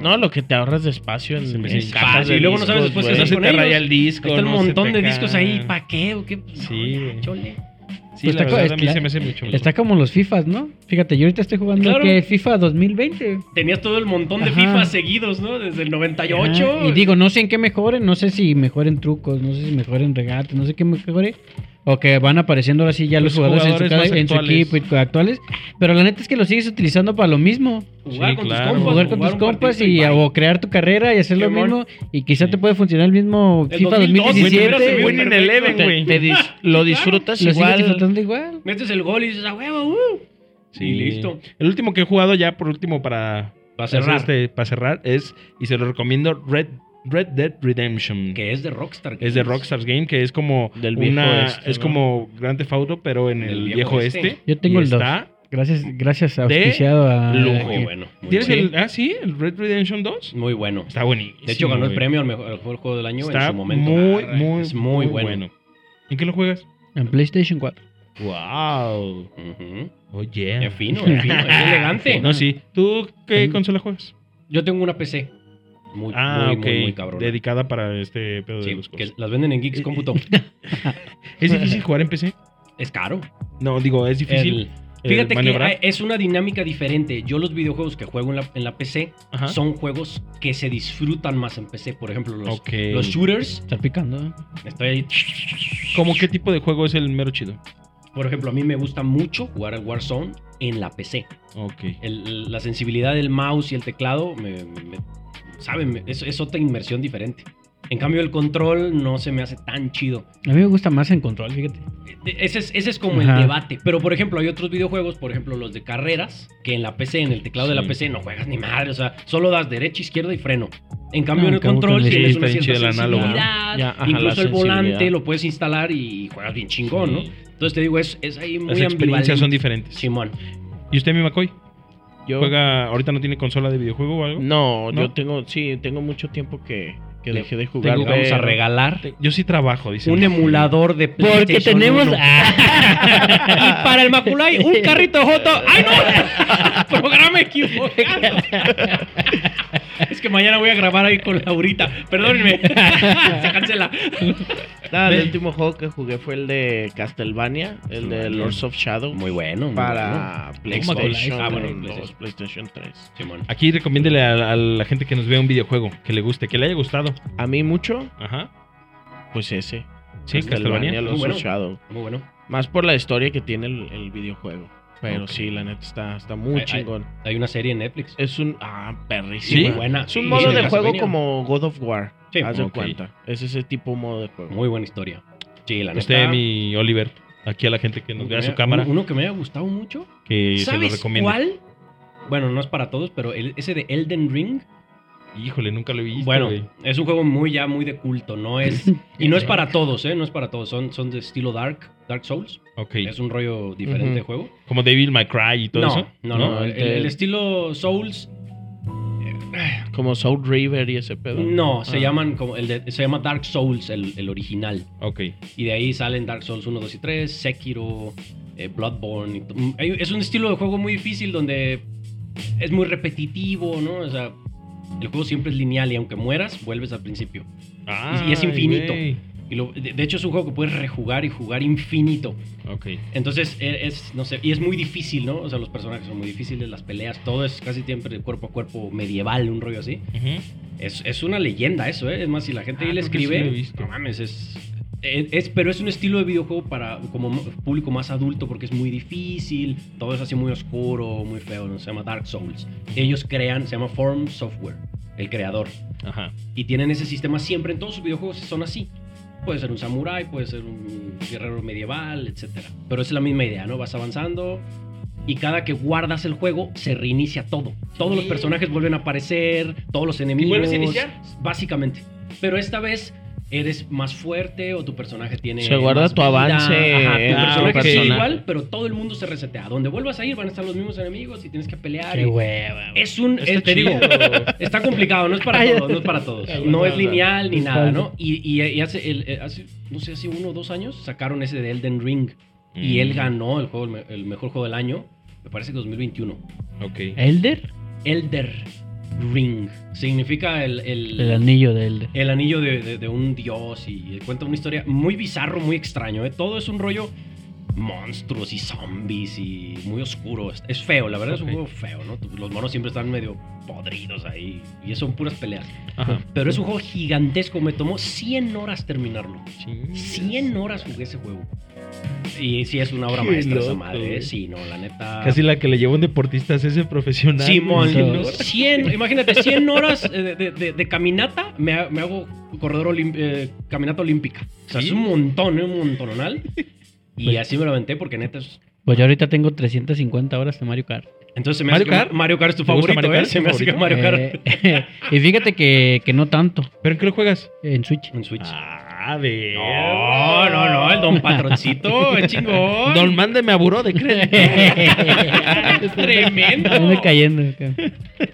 No, lo que te ahorras de espacio en, Se me en hace cajas fácil. de Y luego no sabes discos, Pues después qué güey. no hacer se con te raya ellos. el disco. Está el no se montón te de discos cae. ahí, ¿pa' qué? ¿O qué? Sí, No, güey. chole. Sí, Pues la está co- verdad, a mí es se me hace mucho. Está como los FIFAs, ¿no? Fíjate, yo ahorita estoy jugando Claro. ¿qué? FIFA 2020. Tenías todo el montón de Ajá. FIFA seguidos, ¿no? Desde el 98. Ah, Ajá, Y digo, no sé en qué mejoren, no sé si mejoren trucos, no sé si mejoren regates, no sé qué mejore. O que van apareciendo ahora sí ya los Los jugadores, en su jugadores cada- más en, su, actuales. equipo y co- actuales. Pero la neta es que lo sigues utilizando para lo mismo. jugar Sí, con claro. tus compas. jugar con tus un compas partidito y bye. o crear tu carrera y hacer lo Qué bueno. mismo. Y quizá te Sí. puede funcionar el mismo El FIFA 2012, Winning 2017. güey, Winning perfecto. Eleven, Te- güey. te dis- lo disfrutas Lo sigues igual. disfrutando igual. Metes el gol y dices, a huevo, uh. Y listo. El último que he jugado ya, por último, para Va a cerrar. este- para cerrar, es, y se lo recomiendo, Red, Red Dead Redemption. Que es de Rockstar. Es de Rockstar Game, que es como Del viejo una, este, es ¿no? como Grand Theft Auto, pero en Del el viejo viejo este. este. Yo tengo Y el dos. está- Gracias, gracias De auspiciado a lujo, Muy bueno. Muy ¿Tienes bueno. el, ah, sí, el Red Redemption 2? Muy bueno. Está buenísimo. De hecho, ganó el güey. premio al mejor, al mejor juego del año en Está su momento. muy, Arre, muy, es muy, bueno. ¿En qué lo juegas? en PlayStation 4. Wow. Ujú. Oye. Qué fino, qué fino. Es elegante. No, Oh, sí. ¿Tú qué Mm. consola juegas? Yo tengo una PC. Muy, Ah, muy, ok. muy, muy cabrona. Dedicada para este pedo de Sí, los Eh, que cosas. las venden en Geeks Cómputo. ¿Es difícil jugar en PC? es caro. No, digo, es difícil. El- fíjate eh, que maniobrar. hay- es una dinámica diferente. Yo los videojuegos que juego en la, en la PC Ajá. son juegos que se disfrutan más en PC. Por ejemplo, los, Ok. los shooters. Está picando. ¿eh? Estoy ahí. ¿Cómo qué tipo de juego es el mero chido? Por ejemplo, a mí me gusta mucho jugar al Warzone en la PC. Ok. El- la sensibilidad del mouse y el teclado, me, me- me- saben, me- es, es otra inmersión diferente. En cambio, el control no se me hace tan chido. A mí me gusta más en control, fíjate. Ese es, ese es como el Ajá. debate. Pero, por ejemplo, hay otros videojuegos, por ejemplo, los de carreras, que en la PC, en el teclado de la Sí. PC, no juegas ni madre. O sea, solo das derecha, izquierda y freno. En cambio, No, en el acabo control con- Sí, tienes está una bien cierta chido el análogo, ¿no? sensibilidad. Ya, ajá, Incluso la el volante sensibilidad. lo puedes instalar y juegas bien chingón, Sí. ¿no? Entonces te digo, es, es ahí muy Las experiencias son ambivalente. diferentes. Simón. ¿Y usted, mi McCoy? Yo, ¿Juega, ahorita no tiene consola de videojuego o algo? no, ¿No? yo tengo, sí, tengo mucho tiempo que, que Le- dejé de Te jugar. vamos a pero- regalar Yo sí trabajo, dice. un emulador de PlayStation Porque tenemos. 1. Y para el Maculay, un carrito de Joto. ¡Ay, no! Programa equivocado. es que mañana voy a grabar ahí con Laurita. Perdónenme. Se cancela. Nada, Ah, el último juego que jugué fue el de Castlevania, el de Lords of Shadow. Muy bueno. muy para PlayStation, Ah, bueno, 2, PlayStation. PlayStation 3. bueno. Simón. Aquí recomiéndele a, a la gente que nos vea un videojuego, que le guste, que le haya gustado. A mí mucho, Ajá. pues ese. Sí, Castlevania. Lords Muy bueno. of Shadow. Muy bueno. Más por la historia que tiene el, el videojuego. Pero Ok. sí, la neta está, está muy Ay, ay. chingón. Hay una serie en Netflix. Es un. Ah, Eh, Sí, perrísimo. Muy buena. Es un Sí, modo sí, de juego Castlevania. como God of War. Sí, haz de ok. cuenta. Es ese tipo modo de juego. Muy buena historia. Sí, la neta. Usted, mi Oliver, aquí a la gente que nos uno vea que su me- cámara, Uno que me haya gustado mucho. que se lo ¿Sabes recomiendo. cuál? Bueno, no es para todos, pero el- ese de Elden Ring. Híjole, nunca lo he visto. Bueno, güey. es un juego muy ya muy de culto, no es y no es para todos, eh, no es para todos, son son de estilo Dark, Dark Souls, Ok. es un rollo diferente de Ujú. juego. Como Devil May Cry y todo No, eso. no, no, ¿No? el, el estilo Souls Como Soul River y ese pedo. no, se Ah. llaman como el de- se llama Dark Souls el, el original Ok. y de ahí salen Dark Souls 1, 2 y 3, Sekiro, eh, Bloodborne, y to- mm, hay- es un estilo de juego muy difícil donde es muy repetitivo, ¿no? O sea, el juego siempre es lineal y aunque mueras, vuelves al principio. Y- y es Ay, infinito. güey. Y lo- de, de hecho es un juego que puedes rejugar y jugar infinito. Ok. Entonces e- es, no sé, y es muy difícil, ¿no? O sea, los personajes son muy difíciles, las peleas, todo es casi siempre de cuerpo a cuerpo medieval, un rollo así. Ujú. Es, es una leyenda eso, ¿eh? Es más, si la gente Ah, ahí le creo que sí escribe, lo he visto. no mames, es, es, es- Pero es un estilo de videojuego para como m- público más adulto porque es muy difícil, todo es así muy oscuro, muy feo, ¿no? se llama Dark Souls. Ellos crean, se llama Form Software, el creador Ajá. y tienen ese sistema siempre en todos sus videojuegos son así. Puede ser un samurái, puede ser un guerrero medieval, etcétera. Pero es la misma idea, ¿no? Vas avanzando y cada que guardas el juego se reinicia todo. Todos los personajes vuelven a aparecer, todos los enemigos. vuelves a iniciar? Básicamente. Pero esta vez eres más fuerte o tu personaje tiene. Se guarda más tu avance ah, Ajá, en tu tu personaje sigue personaje. igual, pero todo el mundo se resetea. Donde vuelvas a ir van a estar los mismos enemigos y tienes que pelear. Qué y- hueva. güey. es un. Está eh, te digo, chido. está complicado, no es para todos, no es para todos. No es lineal ni nada, ¿no? Y, y- y hace, el- eh, hace, no sé, hace uno o dos años sacaron ese de Elden Ring Mm. y él ganó el, juego, el me- el mejor juego del año, me parece que 2021. Ok. Eh, ¿Elder? Elder Ring significa el, el- El anillo de Elder. el anillo de, de- de un dios y cuenta una historia muy bizarro, muy extraño. ¿eh? Todo es un rollo monstruos y zombies y muy oscuro. Es, es feo, la verdad es Ok. un juego feo, ¿no? Tú- Los monos siempre están medio podridos ahí y son puras peleas. Ajá. Pero es un juego gigantesco, me tomó 100 horas terminarlo. Sí. 100 horas jugué ese juego. Y sí, es una obra maestra esa madre. ¿eh? Sí, no, la neta. Casi la que le lleva un deportista es ese profesional. Simón, Sí, ¿no? 100, imagínate, 100 horas eh, de, de- de caminata, me, ha- me hago corredor olim- eh, caminata olímpica. O sea, Sí. Pues es un montón, ¿eh? un montonal. Y así me lo aventé porque neta es... Pues yo ahorita tengo 350 horas de Mario Kart. Entonces se me ¿Mario hace que Kart? Ma- Mario Kart es tu ¿Te gusta favorito, Mario ¿eh? Kart? Eh. Se me hace que Mario Kart Eh, y fíjate que, que no tanto ¿Pero en qué lo juegas? en Switch. en Switch. Ah, Ah, ver. No, no, no, el don patroncito, es chingón. Don Mándeme a buró de crédito. Tremendo. Ando cayendo. acá.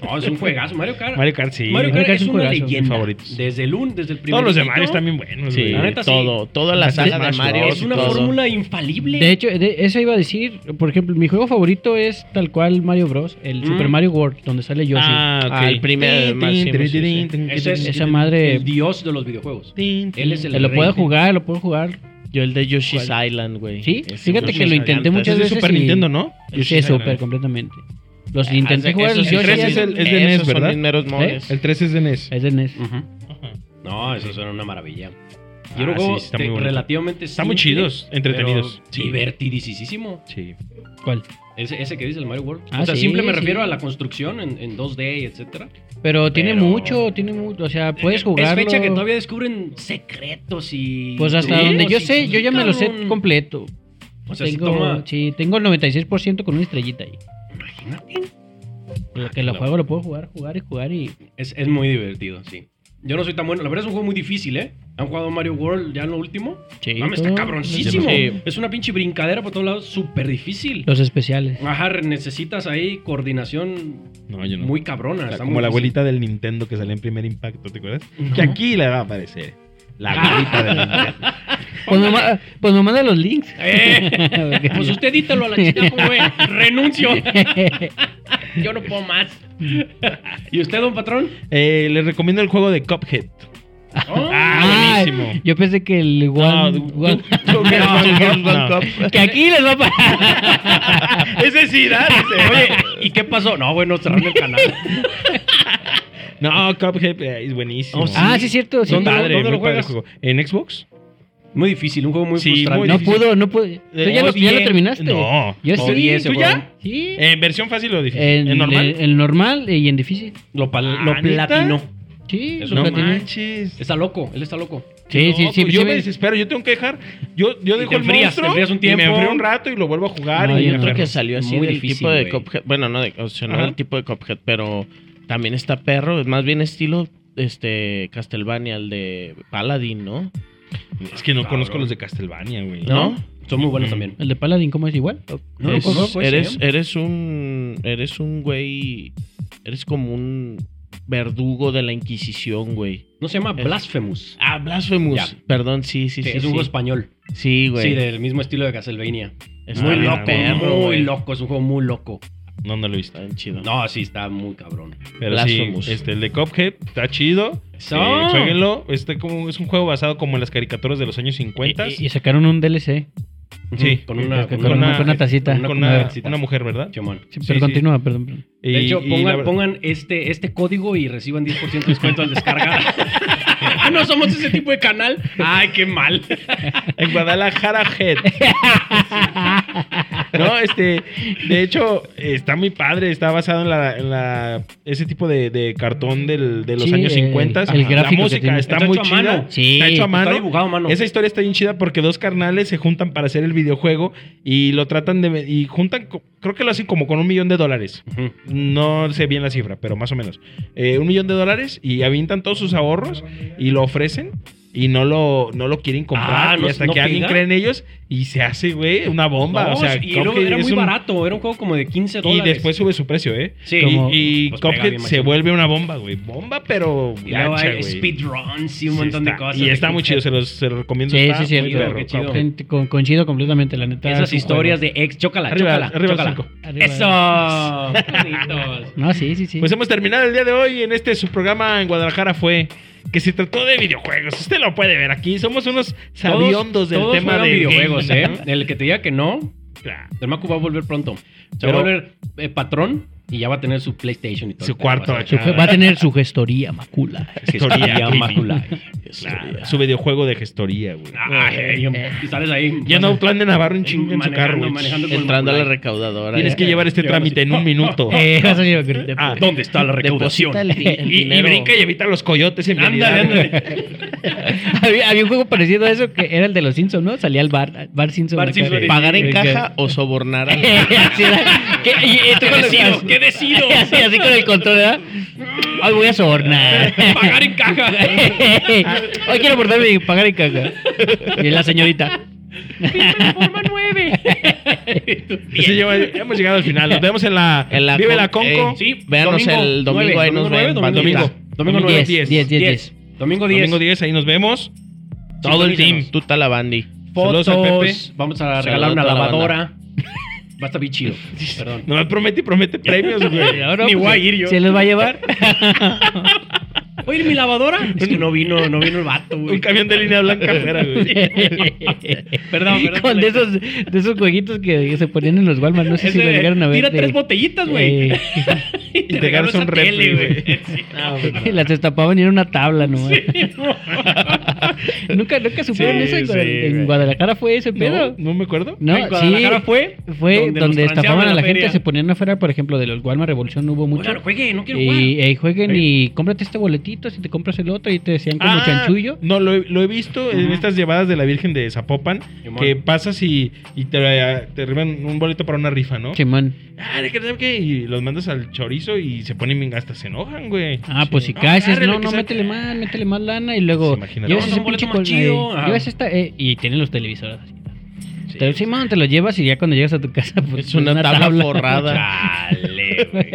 No, es un juegazo. Mario Kart. Mario Kart, sí. Mario Mario Kart Kart es, es un una juegazo, leyenda. favoritos. Desde el, un, desde el primer Todos los de Mario Mario están bien buenos. Sí, güey. neta, sí. todo. Toda la saga de Smash Mario. Bros. Es una y todo. fórmula infalible. De hecho, de- eso iba a decir. Por ejemplo, mi juego favorito es tal cual Mario Bros. El Mm. Super Mario World, donde sale Yoshi. Ah, ok. Ah, el primer, Tin, el máximo, tin, sí, sí. tin, tin, Ese es tin, Esa madre- el dios de los videojuegos. tin, tin. Él es el lo rey. puedo jugar, lo puedo jugar. Yo el de Yoshi's Island, güey. Sí, Ese fíjate Yoshi's que lo Island. pues, intenté muchas Es de veces. Super y- Nintendo, ¿no? Sí, es Super, completamente. Los intenté jugar. Esos los sí, Yoshi tres esos es es el- son- es de NES, esos son ¿verdad? mis meros moles. El 3 es de E NES. es de E NES. Ujú. No, eso suena una maravilla. Yo Ah, creo que sí, está muy te- bonito. relativamente Están muy simple, chidos, entretenidos. pero Sí. Divertidísimo. Sí. ¿Cuál? Ese, ese que dice el Mario World. Ah, o sea, sí, simple me sí. refiero a la construcción en, en 2D, etcétera. Pero tiene Pero- mucho, tiene mucho. O sea, puedes jugarlo. Es fecha que todavía descubren secretos y. Pues hasta trucos donde yo y sé, yo ya me lo sé cabrón. completo. O sea, si tengo, toma. sí, tengo el 96% con una estrellita ahí. Imagínate. Lo que lo Ah, claro. juego lo puedo jugar, jugar y jugar y... Es, es muy divertido, sí. Yo no soy tan bueno. La verdad es un juego muy difícil, ¿eh? Han jugado Mario World ya en lo último. Sí, Mames, todo. está cabroncísimo. Sí. Es una pinche brincadera por todos lados, súper difícil. Los especiales. Ajá, necesitas ahí coordinación No, yo no. muy cabrona. O sea, está como muy la difícil. abuelita del Nintendo que salió en primer impacto, ¿te acuerdas? No. Que aquí le va a aparecer. La abuelita del Nintendo. Pues me, ma- pues me manda los links. Eh, pues usted dítelo a la chica, como ve. Renuncio. Yo no puedo más. ¿Y usted, don patrón? Eh, les recomiendo el juego de Cuphead. Oh. Ah, Ay, buenísimo. Yo pensé que el one, one- No. que aquí les va a parar. Ese sí, da, dice. Oye, ¿y qué pasó? No, bueno, cerraron el canal. No, Cuphead eh, es buenísimo. Oh, sí. Ah, sí es cierto. sí. Muy ¿Dónde lo- padre, dónde lo muy padre juegas? el juego. ¿En Xbox? Muy difícil, un juego muy Sí, frustrante. muy no difícil. pudo, no pude. ¿Tú Eh, oh, ya, lo, ya lo Oye, terminaste? No. Yo sí. Oye, ¿Tú juego. ya? Sí. Eh, ¿En versión fácil o difícil? En, ¿En normal? en normal y en difícil. Lo, pal- Ah, lo ¿neta? platinó. Sí, Eso lo no platiné. manches. Está loco, él está loco. Sí, No, sí, sí. pues sí yo me- me desespero, yo tengo que dejar. Yo, yo Y dejo te el enfrías, monstruo te enfrías un y me tiempo. enfrío un rato y lo vuelvo a jugar. No, y me yo no. Creo aferro. que salió así Muy del difícil, tipo de güey. Cuphead. Bueno, no, de, o sea, no Ajá. el tipo de Cuphead, pero también está perro. Es más bien estilo este Castlevania, el de Paladin, ¿no? Es que no Cabrón. conozco los de Castlevania, güey. ¿No? Son muy buenos también. ¿El de Paladin cómo es igual? No lo Es- conozco ese, eres, ¿eh? eres un. Eres un güey. Eres como un verdugo de la Inquisición, güey. No se llama Es- Blasphemous. Ah, Blasphemous. Ya. Perdón, sí, sí, Sí, sí. es sí. un juego español. Sí, güey. Sí, del mismo estilo de Castlevania. Está muy bien loco, perro, muy güey. loco. Es un juego muy loco. No, no lo he visto. Está bien chido. No, sí, está muy cabrón. Pero Blasphemous. sí, este, el de Cuphead está chido. Eh, Oh. jueguenlo. Este como, es un juego basado como en las caricaturas de los años Ah, 50. Y, y sacaron un DLC. sí. Con una, Creo que con con una- una- con una tacita. con una- con una, cabecita. una mujer, ¿verdad? Simón. Sí, Sí, sí. pero continúa, perdón. perdón. De hecho, Y- y la pongan, ver- pongan este, este código y reciban 10% de descuento al descargar. ah, no somos ese tipo de canal. Ay, qué mal. En Guadalajara Head. No, este, de hecho, está muy padre, está basado en la, en la ese tipo de, de cartón del, de los Sí, años el- 50. el la gráfico que música tiene. está, Está muy hecho a chida. mano. Sí. Está hecho a Está mano. dibujado a mano. Esa historia está bien chida porque dos carnales se juntan para hacer el videojuego y lo tratan de... Y juntan, co- creo que lo hacen como con un millón de dólares. Ujú. No sé bien la cifra, pero más o menos. Eh, un millón de dólares y avientan todos sus ahorros y lo ofrecen y no lo, no lo quieren comprar. Ah, no- y hasta no que alguien pega. cree en ellos y se hace, güey, una bomba. No, o sea, y luego Cuphead era es muy un- barato. Era un juego como de 15 Y dólares. después sube su precio, ¿eh? Sí. Y- Como- y Pues pega Cuphead bien se machín. vuelve una bomba, güey. Bomba, pero... Y luego gacha, hay güey. speedruns y un Sí montón de está. cosas. Y de está muy Cuphead. chido, se los, se los recomiendo. Sí, está sí, cierto. muy perro, Qué chido. Cuphead. Gente, con- coincido completamente, la neta. es eh, Esas un historias de ex. Chócala, Arriba, chócala. arriba chócala. los cinco. Arriba. Eso. Bonitos. juego. No, sí, sí, sí. Pues hemos terminado el día de hoy en este su programa en Guadalajara fue que se trató de videojuegos. Usted lo puede ver aquí. Somos unos sabiondos del todos tema juegan de videojuegos, gaming, ¿eh? ¿no? El que te diga que no, Claro. el Macu va a volver pronto. Se Pero- va a volver eh, patrón y ya va a tener su PlayStation y todo. Su el pedo, cuarto, vas a ver. Su je- va a tener su gestoría macula. Gestoría, Gestoría Macula. Claro, Su videojuego de gestoría, eh, güey. Ay, y sales ahí. Ya no plan de Navarro un chingo en su manejando, carro, güey. manejando con Entrando a la Macula. recaudadora. Tienes ya. que llevar este trámite en un minuto. Eh, vas a llevar que te- Ah, ¿Dónde está la recaudación? Deposita el, di- el y, y dinero. brinca y evita los coyotes en Ándale, vialidad. ándale. había, había un juego parecido a eso que era el de los Simpsons, ¿no? Salía al bar, bar Simpson. Bar acá. Simpson. ¿Pagar en Eh, caja o sobornar a que- así era. Que- y- y tú ¿Qué con los- decido? ¿Qué decido? Así, así con el control, ¿verdad? Hoy voy a sobornar. Pagar en caja. Hoy quiero portarme y pagar en caja. Y la señorita. Forma 9. Así lleva- hemos llegado al final. Nos vemos en la, En la Vive con- la Conco. eh, sí, véanos el domingo, ahí nos ven, bandita. Domingo. Domingo 9. 10, 10, 10, 10, 10. Domingo 10. Domingo 10, ahí nos vemos. Todo el team. Sintonízanos. Tú la bandi. Saludos al Pepe. Fotos. Vamos a regalar una a toda la lavadora. Va a estar bien chido. Perdón. Nomás promete y promete premios, güey. Ahora, Ni pues, voy a ir yo. ¿Se los va a llevar? Oye, mi lavadora. Es que no vino, no vino el vato, güey. Un camión de línea blanca afuera, güey. Perdón, perdón. Con de esos, de esos jueguitos que se ponían en los Walmart. No sé si Ese lo de- llegaron a ver. Tira de- tres botellitas, güey. Eh, Y te ganas regalo un esa refri, tele, güey. Sí. y eh, las destapaban y era una tabla nomás. nunca, nunca supieron Sí, eso. en sí, Guadal- en güey. Guadalajara fue ese pedo. No, no me acuerdo. No, en Guadalajara sí, fue fue donde donde, nos transeaban estafaban a en la la gente, feria. se ponían afuera, por ejemplo, de los Walmart Revolución hubo mucho. Oigan, juegue, no quiero jugar. Y, eh, jueguen y cómprate este boletito, si te compras el otro y te decían como Ah, chanchullo. No, lo, he- lo he visto en Ajá. estas llevadas de la Virgen de Zapopan. Simón. Que pasas y, y te, te arriban un boleto para una rifa, ¿no? Simón. Ah, de que sabe qué, y los mandas al chorizo y se ponen bien hasta se enojan, güey. Ah, pues si No, caes, es, agárrale, no, que no, sea- métele más, métele más lana y luego Sí, imagínate. llevas No, ese un boleto pinche más col- chido, eh, ajá. llevas esta eh, y tienen los televisores así. ah. Sí. Te, Simón, te los llevas y ya cuando llegas a tu casa pues, Es una tabla forrada. Chale, güey.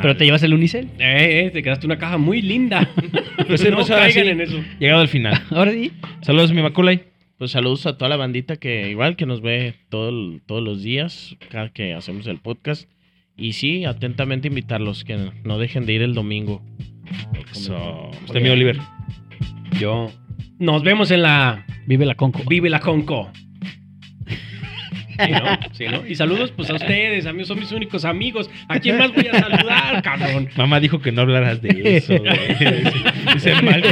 Pero te llevas el unicel. Eh, eh, te quedaste una caja muy linda. Pues no hemos- ahora caigan sí, en eso. Llegado al final. Ahora sí. Saludos, mi Maculay. Pues saludos a toda la bandita que igual que nos ve todo el- todos los días, cada que hacemos el podcast. Y sí, atentamente invitarlos, que no dejen de ir el domingo. So, usted, este, mi Oliver. Yo. Nos vemos en la Vive la Conco. Vive la Conco. Sí, ¿no? Sí, ¿no? Y saludos pues a ustedes, a mí son mis únicos amigos. ¿A quién más voy a saludar, cabrón? Mamá dijo que no hablaras de eso, güey. Dice mal.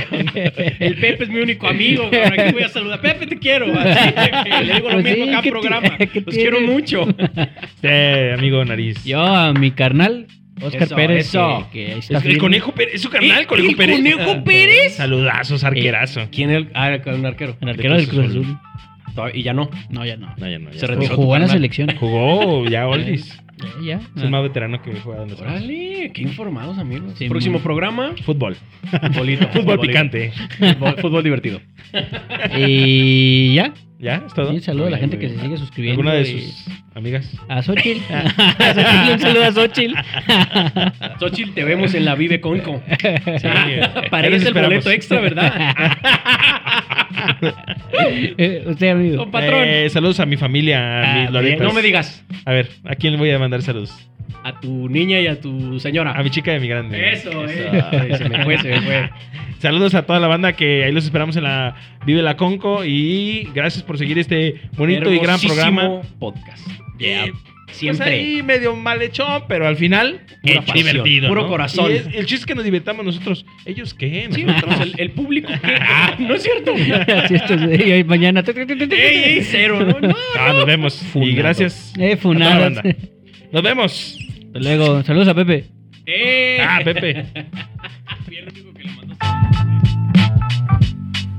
El Pepe es mi único amigo, cabrón. ¿A quién voy a saludar? Pepe, te quiero. Así, Pepe. Le digo lo Pues mismo sí, cada ¿qué programa. ti- qué Los quiero tienes? mucho. Este amigo nariz. Yo a mi carnal, Oscar Eso, Pérez. eso. Que, que ahí está Es que el firme. conejo Pérez, es su carnal, ¿El- conejo el Pérez. Conejo Pérez? Saludazos, Eh, arquerazo. ¿Quién es el, ah, el- un arquero? El arquero del Cruz Azul. Todavía- Y ya no. No, ya no. No, ya no. ya Se está. retiró. tu Jugó en la carnal. selección. Jugó ya Oldies. Eh, Ya. Es el más veterano que juega en los Órale, qué informados, amigos. Sí, Próximo muy- programa, Fútbol. futbolito. Fútbol picante. Fútbol, fútbol divertido. Y ya. ¿Ya? ¿Es todo? Un saludo a la Muy bien, gente muy que se bien. sigue suscribiendo. Eh, ¿Alguna de y- sus amigas? A Xochitl. A Xochitl, un saludo a Xochitl. Xochitl, te vemos en la Vive Conco. eh. Para Ahí los ellos el esperamos. boleto extra, ¿verdad? Eh, usted, amigo. Con patrón. Eh, saludos a mi familia, a Ah, mis loretas. no me digas. A ver, ¿a quién le voy a mandar saludos? A tu niña y a tu señora. A mi chica de mi grande. Eso, eh. Se me fue, se me fue. Saludos a toda la banda que ahí los esperamos en la Vive la Conco y gracias por seguir este bonito y gran Hermosísimo programa. podcast. Eh, Yeah. Siempre. Pues ahí medio malhechón, pero al final Pura hecho, pasión, puro corazón. Y es- el chiste es que nos divertamos nosotros. ¿Ellos qué? Sí, entonces, el, el público que. Ah, no es cierto. ey, Así esto es, eh, y hoy mañana. ey, cero, ¿no? no. Ah, nos vemos. Y Funando. gracias. Eh, a toda funadas. la banda. Nos vemos. Hasta luego. Saludos a Pepe. Eh. Ah, Pepe. Fui el único que le mandó saludos.